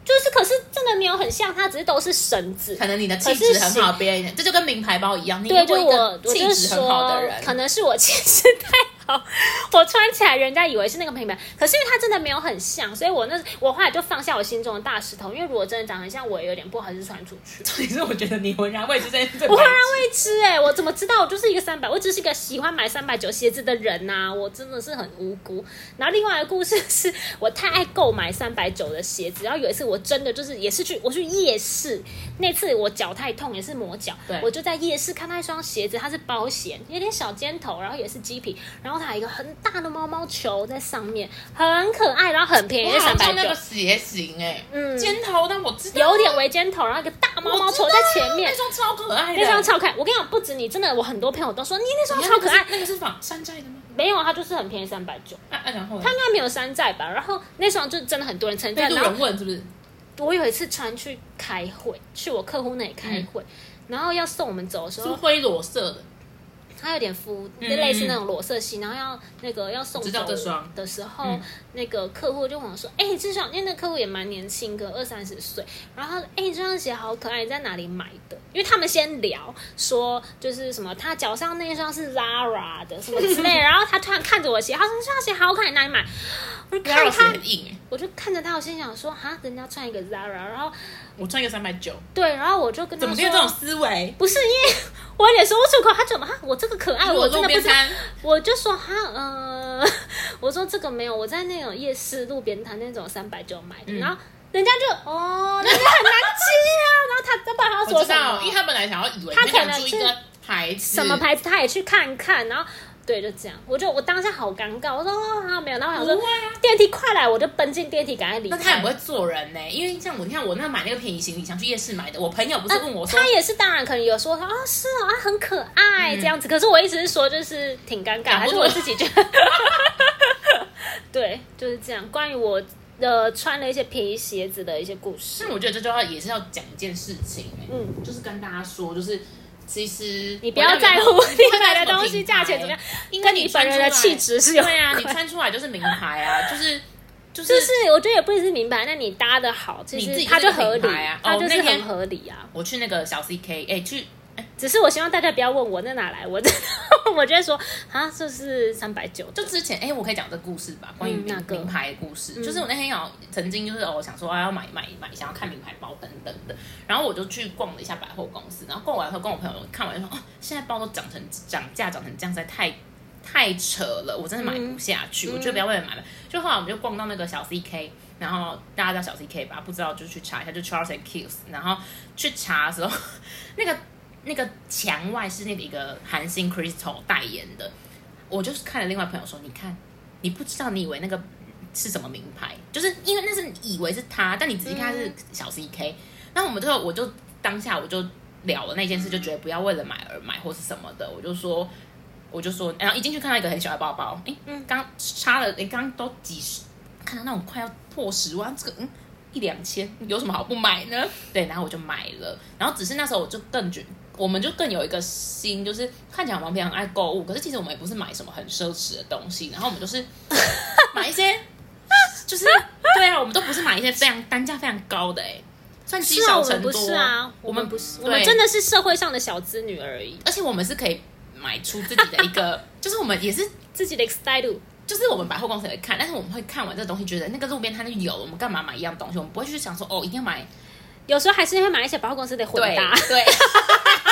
S3: 就是，可是真的没有很像，它只是都是绳子。
S2: 可能你的
S3: 可
S2: 气
S3: 是
S2: 质很
S3: 是
S2: 好，别人这就跟名牌包一样，你
S3: 对，
S2: 遇
S3: 就
S2: 过一
S3: 我
S2: 个，
S3: 我
S2: 气
S3: 就
S2: 质
S3: 说
S2: 很好的人，
S3: 可能是我气质太好，我穿起来人家以为是那个品牌，可是因为它真的没有很像，所以我那我后来就放下我心中的大石头，因为如果真的长得很像，我也有点不好意思穿出去。
S2: 重点是我觉得你浑然未知这件事，
S3: 我浑然未知哎、我怎么知道？我就是一个三百，我只是一个喜欢买三百九鞋子的人呐、我真的是很无辜。然后另外一个故事是我太爱购买三百九的鞋子，然后有一次我真的就是也是去我去夜市，那次我脚太痛也是磨脚
S2: 对，
S3: 我就在夜市看到一双鞋子，它是包鞋，有点小尖头，然后也是鸡皮，然后它有一个很大的毛毛球在上面，很可爱，然后很便宜，
S2: 我
S3: 就
S2: 好
S3: 三
S2: 像
S3: 百
S2: 那个
S3: 九，
S2: 鞋型哎，
S3: 嗯
S2: 尖头，但我知道
S3: 有点围尖头，然后一个大毛毛球在前面
S2: 那。双超可爱的，
S3: 那双超可爱，我跟你讲，不止你，真的，我很多朋友都说你那双超可爱。
S2: 那个是仿山寨的吗？
S3: 没有，它啊就是很便宜，三百九，
S2: 啊啊，然后
S3: 它应该没有山寨吧？然后那双就真的很多人称
S2: 被
S3: 赞。
S2: 路
S3: 然后
S2: 人问是不是？
S3: 我有一次穿去开会，去我客户那里开会，
S2: 嗯
S3: 然后要送我们走的时
S2: 是不是
S3: 候，
S2: 灰裸色的，
S3: 它有点敷，就
S2: 嗯
S3: 类似那种裸色系，然后要那个要送
S2: 我知道
S3: 走
S2: 这双
S3: 的时候，
S2: 嗯
S3: 那个客户就问我说：“哎、这双，因为那客户也蛮年轻，个二三十岁。”然后他说：“哎、这双鞋好可爱，你在哪里买的？”因为他们先聊说，就是什么，他脚上那一双是 Zara 的什么之 类的，然后他突然看着我鞋，他说：“这双鞋好可爱，你哪里买？”我就
S2: 那
S3: 看
S2: 双
S3: 着
S2: 鞋
S3: 他，
S2: 很硬哎，
S3: 我就看着他，我心想说：“哈，人家穿一个 Zara，然后
S2: 我穿一个三百九，
S3: 对，然后我就跟他
S2: 怎么
S3: 说，
S2: 可以有这种思维？
S3: 不是因为我有点说不出口，他怎么哈，我这个可爱，
S2: 如果
S3: 我真的不
S2: 路边
S3: 知道。”
S2: 摊，
S3: 我就说哈，呃， 我说这个没有，我在那种夜市路边摊那种三百九买的，
S2: 嗯
S3: 然后人家就 哦，人家很难吃啊，然后他他爸他
S2: 我
S3: 说
S2: 知
S3: 什
S2: 道，因
S3: 么
S2: 为啊他嗯本来想要以为
S3: 他
S2: 你
S3: 可
S2: 们想
S3: 能
S2: 出一
S3: 是
S2: 个牌子，
S3: 什么牌子他也去看看，然后。对，就这样，我就我当下好尴尬，我说哦好没有，然后我想说、
S2: 不会
S3: 电梯快来，我就奔进电梯，赶快离
S2: 啊那他也
S3: 开
S2: 不。会做人呢、因为像我，你看我那买那个便宜行李箱去夜市买的，我朋友不是问我说，
S3: 啊他也是，当然可能有说啊、是啊，啊很可爱、
S2: 嗯
S3: 这样子，可是我一直是说就是挺尴尬，
S2: 讲
S3: 还
S2: 不
S3: 是
S2: 出
S3: 我自己觉得， 对，就是这样。关于我的呃穿了一些便宜鞋
S2: 嗯
S3: 子的一些故事，
S2: 但我觉得这就要也是要讲一件事情、欸，
S3: 嗯
S2: 就是跟大家说，就是其实
S3: 你不要在乎
S2: 我到底有没 有
S3: 你买的东西价钱怎么样，
S2: 因为
S3: 跟你
S2: 穿
S3: 本人的
S2: 出来
S3: 气质是有
S2: 对啊，你
S3: 关
S2: 穿出来就是名牌啊，就是就 是
S3: 就是我觉得也不一定是明白，那你搭的好，其
S2: 你自
S3: 实
S2: 己
S3: 它
S2: 就是
S3: 就
S2: 个
S3: 合理
S2: 品牌啊，
S3: 它
S2: 哦
S3: 就是
S2: 那天
S3: 很合理啊。
S2: 我去那个小 CK，哎、去
S3: 只是我希望大家不要问我那哪来，我 我就会说啊，这是三百九，
S2: 就之前，哎、我可以讲这故事吧，关于
S3: 嗯
S2: 名、
S3: 哪个嗯
S2: 名牌的故事。就是我那天有曾经就是哦，想说啊要买买买，想要看名牌包等等的，然后我就去逛了一下百货公司，然后逛完后跟我朋友看完就说，哦，现在包都涨成涨价涨成这样，实在太太扯了，我真的买不下去，我就不要为了买了。就后来我们就逛到那个小 CK，然后大家叫小 CK 吧，不知道就去查一下，就 Charles and Keith，然后去查的时候，那个那个墙外是那个一个韩星 Crystal 代言的，我就是看了另外朋友说，你看，你不知道，你以为那个是什么名牌，就是因为那是你以为是他，但你仔细看它是小 CK，、那我们最后我就当下我就了了那件事，就觉得不要为了买而买或是什么的，我就说。我就说，然后一进去看到一个很小的包包，哎、刚差了，哎，刚都几十，看到那种快要破十万，这个嗯一两千，有什么好不买呢？对，然后我就买了，然后只是那时候我就更觉，我们就更有一个心，就是看起来我们平常爱购物，可是其实我们也不是买什么很奢侈的东西，然后我们就是 买一些，就是对啊，我们都不是买一些非常单价非常高的哎、算积
S3: 是啊，
S2: 少
S3: 我们
S2: 成
S3: 不
S2: 多，
S3: 是啊，我们不是，我们
S2: 对
S3: 真的是社会上的小资女而已，
S2: 而且我们是可以买出自己的一个， 就是我们也是
S3: 自己的 style。
S2: 就是我们百货公司也会看，但是我们会看完这个东西，觉得那个路边摊就有，我们干嘛买一样东西？我们不会去想说哦，一定要买
S3: 有时候还是会买一些百货公司的混
S2: 对
S3: 搭，
S2: 对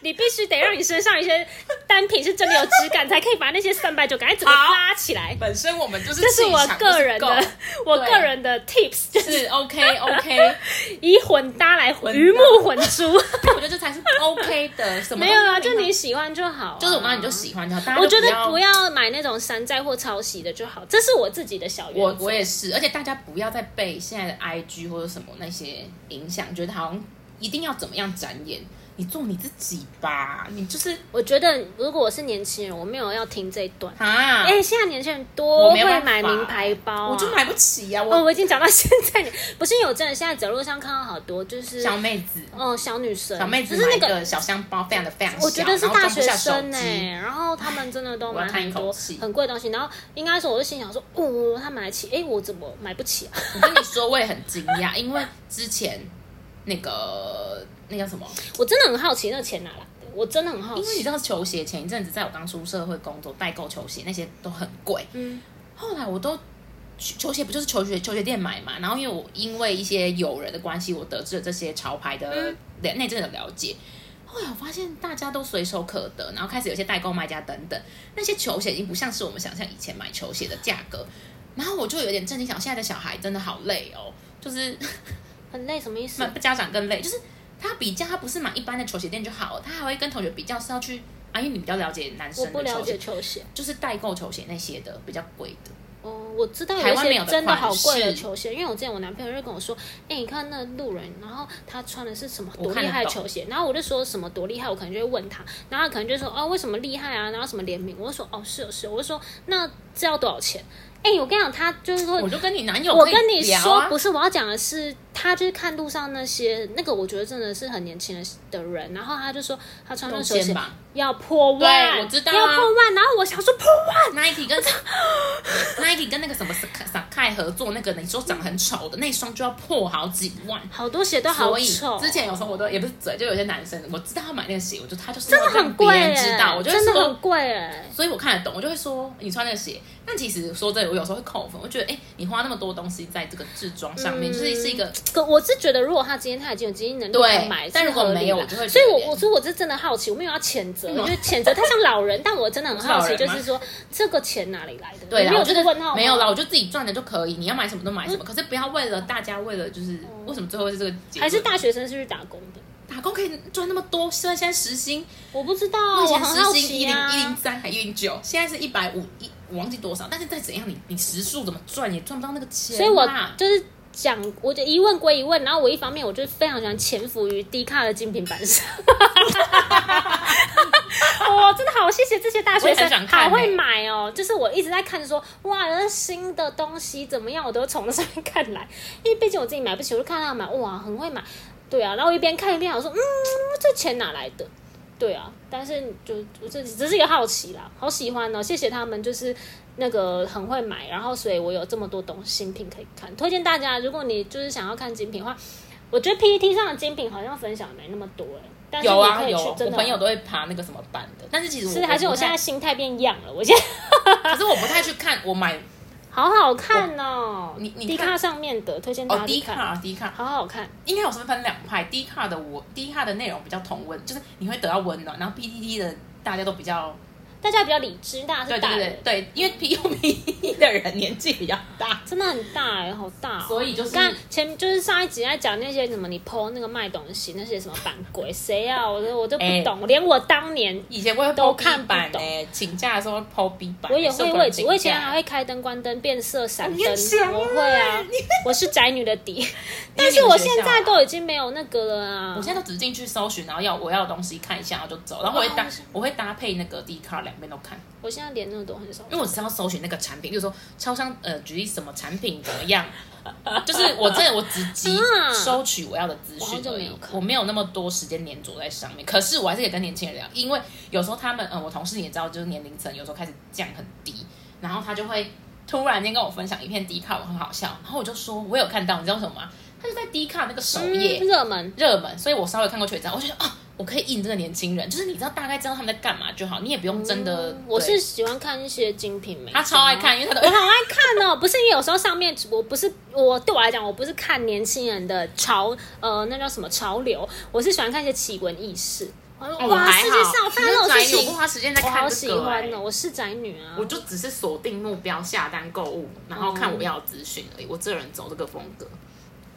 S3: 你必须得让你身上一些单品是真的有质感，才可以把那些三百九赶快整个
S2: 好
S3: 拉起来。
S2: 本身我们就是
S3: 这是
S2: 气
S3: 我
S2: 场
S3: 个人的
S2: 就是，
S3: 我
S2: 对
S3: 个人的 tips，就
S2: 够
S3: 是
S2: 是 OK OK，
S3: 以混搭来混
S2: 搭
S3: 鱼目混珠。
S2: 我觉得这才是 OK 的。什么
S3: 没有啊，
S2: 都
S3: 就你喜欢就好啊、
S2: 就是我妈你就喜欢就好，大家
S3: 我
S2: 都
S3: 觉
S2: 不
S3: 得
S2: 要
S3: 不。要买那种山寨或抄袭的就好，这是我自己的小原
S2: 我
S3: 则。
S2: 我也是，而且大家不要再被现在的 IG 或者什么那些影响，觉得好像一定要怎么样展演，你做你自己吧，你就是
S3: 我觉得如果我是年轻人，我没有要听这一段。
S2: 啊，
S3: 哎、现在年轻人多
S2: 我没
S3: 会
S2: 有办法
S3: 买名牌包、啊，
S2: 我就。买不起呀、
S3: 哦，
S2: 我
S3: 我已经讲到现在了，不是有真的，现在走路上看到好多就是
S2: 小妹子，
S3: 哦小女生，
S2: 小妹子
S3: 就是
S2: 买
S3: 那
S2: 一个小香包，非常的非常小，
S3: 我觉得是
S2: 然后
S3: 大
S2: 装不
S3: 学
S2: 下手
S3: 生呢、欸
S2: 机。
S3: 然后他们真的都
S2: 我要
S3: 买
S2: 叹一
S3: 很
S2: 口
S3: 多
S2: 气
S3: 很贵的东西，然后应该说我就心想说，哦，他买得起，哎、我怎么买不起啊？
S2: 我跟你说，我也很惊讶，因为之前那个那叫什么？
S3: 我真的很好奇那个钱哪来的，我真的很好
S2: 因为你
S3: 奇。
S2: 知道球鞋前一阵子在我刚出社会工作，代购球鞋那些都很贵。
S3: 嗯，
S2: 后来我都球鞋不就是球鞋球鞋店买嘛，然后因为我因为一些友人的关系，我得知了这些潮牌的
S3: 嗯
S2: 那那阵的了解。后来我发现大家都随手可得，然后开始有一些代购卖家等等，那些球鞋已经不像是我们想象以前买球鞋的价格。然后我就有点震惊，想现在的小孩真的好累哦， 就是
S3: 很累什么意思
S2: 那？家长更累，就是他比较，他不是买一般的球鞋店就好了，他还会跟同学比较，是要去啊，因为你比较了解男生
S3: 我
S2: 的
S3: 不了
S2: 球
S3: 解
S2: 鞋，
S3: 球鞋。
S2: 就是代购球鞋那些的比较贵的。
S3: 哦，我知道
S2: 台
S3: 有一
S2: 湾没有
S3: 些
S2: 的
S3: 真的
S2: 款
S3: 好贵的
S2: 式
S3: 球鞋，因为我之前我男朋友就跟我说，哎、你看那路人，然后他穿的是什么
S2: 我
S3: 多
S2: 看
S3: 厉
S2: 得
S3: 害的
S2: 懂
S3: 球鞋，然后我就说什么多厉害，我可能就会问他，然后他可能就说哦为什么厉害啊，然后什么联名，我就说哦是哦是哦，我就说那这要多少钱？哎、我跟你讲，他就是会
S2: 我就跟你男友、
S3: 我跟你说，不
S2: 是，
S3: 是我要讲的是，他就是看路上那些那个，我觉得真的是很年轻的的人，然后他就说他穿那
S2: 用
S3: 球
S2: 肩
S3: 鞋
S2: 膀
S3: 要破万，
S2: 对我知道啊
S3: 要破万，然后我想说破万，
S2: Nike 跟 Nike 跟那个什么 Sakai 合作那个，你说长很丑的那双就要破好几万。
S3: 好多鞋都好
S2: 所以
S3: 丑，
S2: 之前有时候我都也不是嘴，就有些男生，我知道他买那个鞋，我就他就是
S3: 真的
S2: 要
S3: 很
S2: 让别
S3: 贵、
S2: 人
S3: 欸，
S2: 知道，我就会
S3: 真的
S2: 说
S3: 很贵、欸，
S2: 所以我看得懂，我就会说你穿那个鞋。但其实说真的，我有时候会扣分，我觉得哎、诶你花那么多东西在这个制装上面，
S3: 嗯
S2: 就是是一个
S3: 可我是觉得，如果他今天他已经有经济能力
S2: 对
S3: 可以买，
S2: 但
S3: 是
S2: 如果
S3: 合理
S2: 没有
S3: 啦
S2: 我就会觉
S3: 所以
S2: 得有
S3: 我
S2: 点
S3: 我说我是真的好奇，我没有要谴责，
S2: 嗯
S3: 我就谴责他像老人，但我真的很
S2: 是老
S3: 好奇，
S2: 人
S3: 就
S2: 吗
S3: 是说这个钱哪里来的？
S2: 对
S3: 你
S2: 啦，
S3: 没有
S2: 我就
S3: 这
S2: 是
S3: 个问号吗，嗯
S2: 没有啦，我就自己赚的就可以，你要买什么都买什么，可是不要为了大家为了就是为什么最后是这个结
S3: 哦
S2: 论
S3: 还是大学生是去打工的。
S2: 打工可以赚那么多，虽然现在时薪
S3: 我不知道，哦
S2: 我以
S3: 我
S2: 前
S3: 很好
S2: 时薪一
S3: 奇
S2: 零一零
S3: 啊。
S2: 三还一零九，现在是一百五一，我忘记多少，但是再怎样你你时速怎么赚也赚不到那个钱啊，
S3: 所以我就是讲，我就疑问归疑问，然后我一方面我就是非常喜欢潜伏于低卡的精品版 上。我真的好谢谢这些大
S2: 我
S3: 学
S2: 也很
S3: 生
S2: 想，看欸
S3: 好会买哦！就是我一直在看说，哇，那新的东西怎么样，我都从那上面看来，因为毕竟我自己买不起，我就看他们买，哇，很会买。对啊，然后我一边看一边想说，嗯，这钱哪来的？对啊，但是就我这只是一个好奇啦，好喜欢哦，谢谢他们，就是那个很会买，然后所以我有这么多东西新品可以看，推荐大家，如果你就是想要看精品的话，我觉得 PPT 上的精品好像分享没那么多哎、但是
S2: 有
S3: 你
S2: 啊
S3: 可以
S2: 有，
S3: 去
S2: 我
S3: 真的
S2: 朋友都会爬那个什么版的，但是其实我
S3: 是还是
S2: 我
S3: 我
S2: 不
S3: 现
S2: 太
S3: 在，心态变样了，我现在
S2: 可是我不太去看，我买
S3: 好好看哦，
S2: 我你你
S3: 迪
S2: 看
S3: 卡上面的推荐大
S2: 哦
S3: 家
S2: 低
S3: 去看，
S2: 卡低卡，
S3: 好好看，
S2: 应该有什么分两派，低卡的我低卡的内容比较同温，就是你会得到温暖，然后 P D D 的大家都比较
S3: 大家比较理智，大家
S2: 对
S3: 是大
S2: 对
S3: 人，
S2: 对对，因为 P U P 的人年纪比较大，
S3: 真的很大哎、好大、哦。
S2: 所以就是
S3: 刚前就是上一集在讲那些什么，你 PO 那个卖东西那些什么版规，谁啊？我都我都不
S2: 哎
S3: 懂，连我当年
S2: 以前我会
S3: 都
S2: PO
S3: 看
S2: B
S3: 不
S2: 版呢、
S3: 懂
S2: 请假的时候 PO B 版，
S3: 我也
S2: 受
S3: 会
S2: 不了
S3: 位置，
S2: 请
S3: 我以前
S2: 假
S3: 还会开灯、关灯、变色、闪
S2: 你
S3: 灯，
S2: 很强
S3: 我会啊
S2: 欸，
S3: 我是宅女的 底。
S2: 因为
S3: 但
S2: 你
S3: 是
S2: 们
S3: 我
S2: 学
S3: 现
S2: 校
S3: 在
S2: 啊
S3: 都已经没有那个了啊，
S2: 我现在都只进去搜寻，然后要我要的东西看一下，然后就走。然后我会搭
S3: 哦是，
S2: 我会搭配那个 D 卡两边都看，
S3: 我现在连那个都很少。
S2: 啊因为我只要搜寻那个产品，比如说超商呃，举例什么产品怎么样， 就是我真的我只急
S3: 啊
S2: 收取我要的资
S3: 我好
S2: 讯
S3: 久
S2: 而
S3: 没
S2: 已
S3: 有，看
S2: 我没有那么多时间粘着在上面。可是我还是可以跟年轻人聊，因为有时候他们呃，我同事也知道，就是年龄层有时候开始降很低，然后他就会。突然间跟我分享一片 D 卡，我很好笑，然后我就说，我有看到，你知道为什么吗？他就在 D 卡那个首页、
S3: 嗯热门，
S2: 热门，所以我稍微看过去一张，我就觉得哦，我可以印这个年轻人，就是你知道大概知道他们在干嘛就好，你也不用真的。
S3: 嗯我
S2: 对
S3: 是喜欢看一些精品美妆，
S2: 他超爱看，因为他
S3: 我
S2: 的
S3: 好爱看哦，不是因为有时候上面我不是我对我来讲，我不是看年轻人的潮呃那叫什么潮流，我是喜欢看一些奇闻异事。我说
S2: 哦我
S3: 哇，
S2: 还
S3: 世界上有发生这
S2: 好
S3: 种事
S2: 我不
S3: 情，
S2: 花时间在
S3: 我好
S2: 看
S3: 喜
S2: 这个、
S3: 欢
S2: 欸
S3: 哦，我是宅女啊
S2: 我。就只是锁定目标下单购物，然后看我要的资讯而已。我这人走这个风格，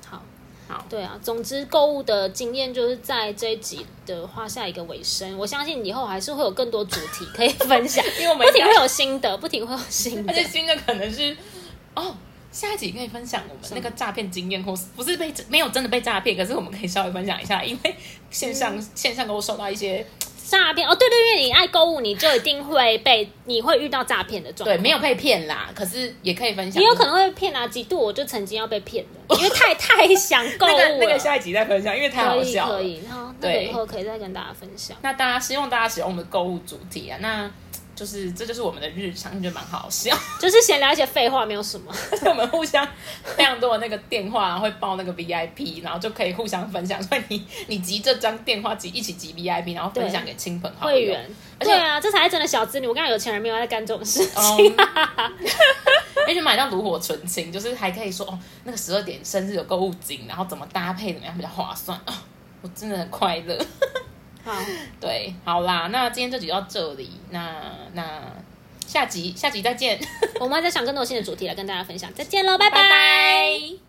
S3: 好，
S2: 好，
S3: 对啊，总之购物的经验就是在这一集的画下一个尾声。我相信以后还是会有更多主题可以分享，
S2: 因为我们
S3: 不停会有新的，不停会有新 的
S2: 而且。新的可能是哦。下一集可以分享我们那个诈骗经验，或是不是被没有真的被诈骗，可是我们可以稍微分享一下，因为线上、线上给我收到一些
S3: 诈骗哦，对对对，你爱购物，你就一定会被你会遇到诈骗的状况
S2: 对。没有被骗啦，可是也可以分享。
S3: 也有可能会骗啊，几度我就曾经要被骗 的，因为太太想购物了。
S2: 那个那个下一集再分享，因为太好
S3: 可以
S2: 笑了。
S3: 哦可以，然后那个
S2: 对
S3: 以后可以再跟大家分享。
S2: 那大家希望大家喜欢我们的购物主题啊，那就是这就是我们的日常，就蛮好笑。
S3: 就是闲聊一些废话，没有什么。
S2: 而且我们互相 非常多的那个电话、会报那个 VIP，然后就可以互相分享。所以你 你集这张电话集一起集 VIP，然后分享给亲朋好友。
S3: 会员，
S2: 而
S3: 对
S2: 且
S3: 啊，这才是真的小资女。我刚才有钱人没有在干这种事情。
S2: 嗯， 而且买到炉火纯青，就是还可以说哦，那个十二点生日有购物金，然后怎么搭配怎么样比较划算 哦，我真的很快乐。
S3: 好，
S2: 对，好啦，那今天这集就到这里，那那下集下集再见，
S3: 我们还在想更多新的主题来跟大家分享。再见喽，拜
S2: 拜拜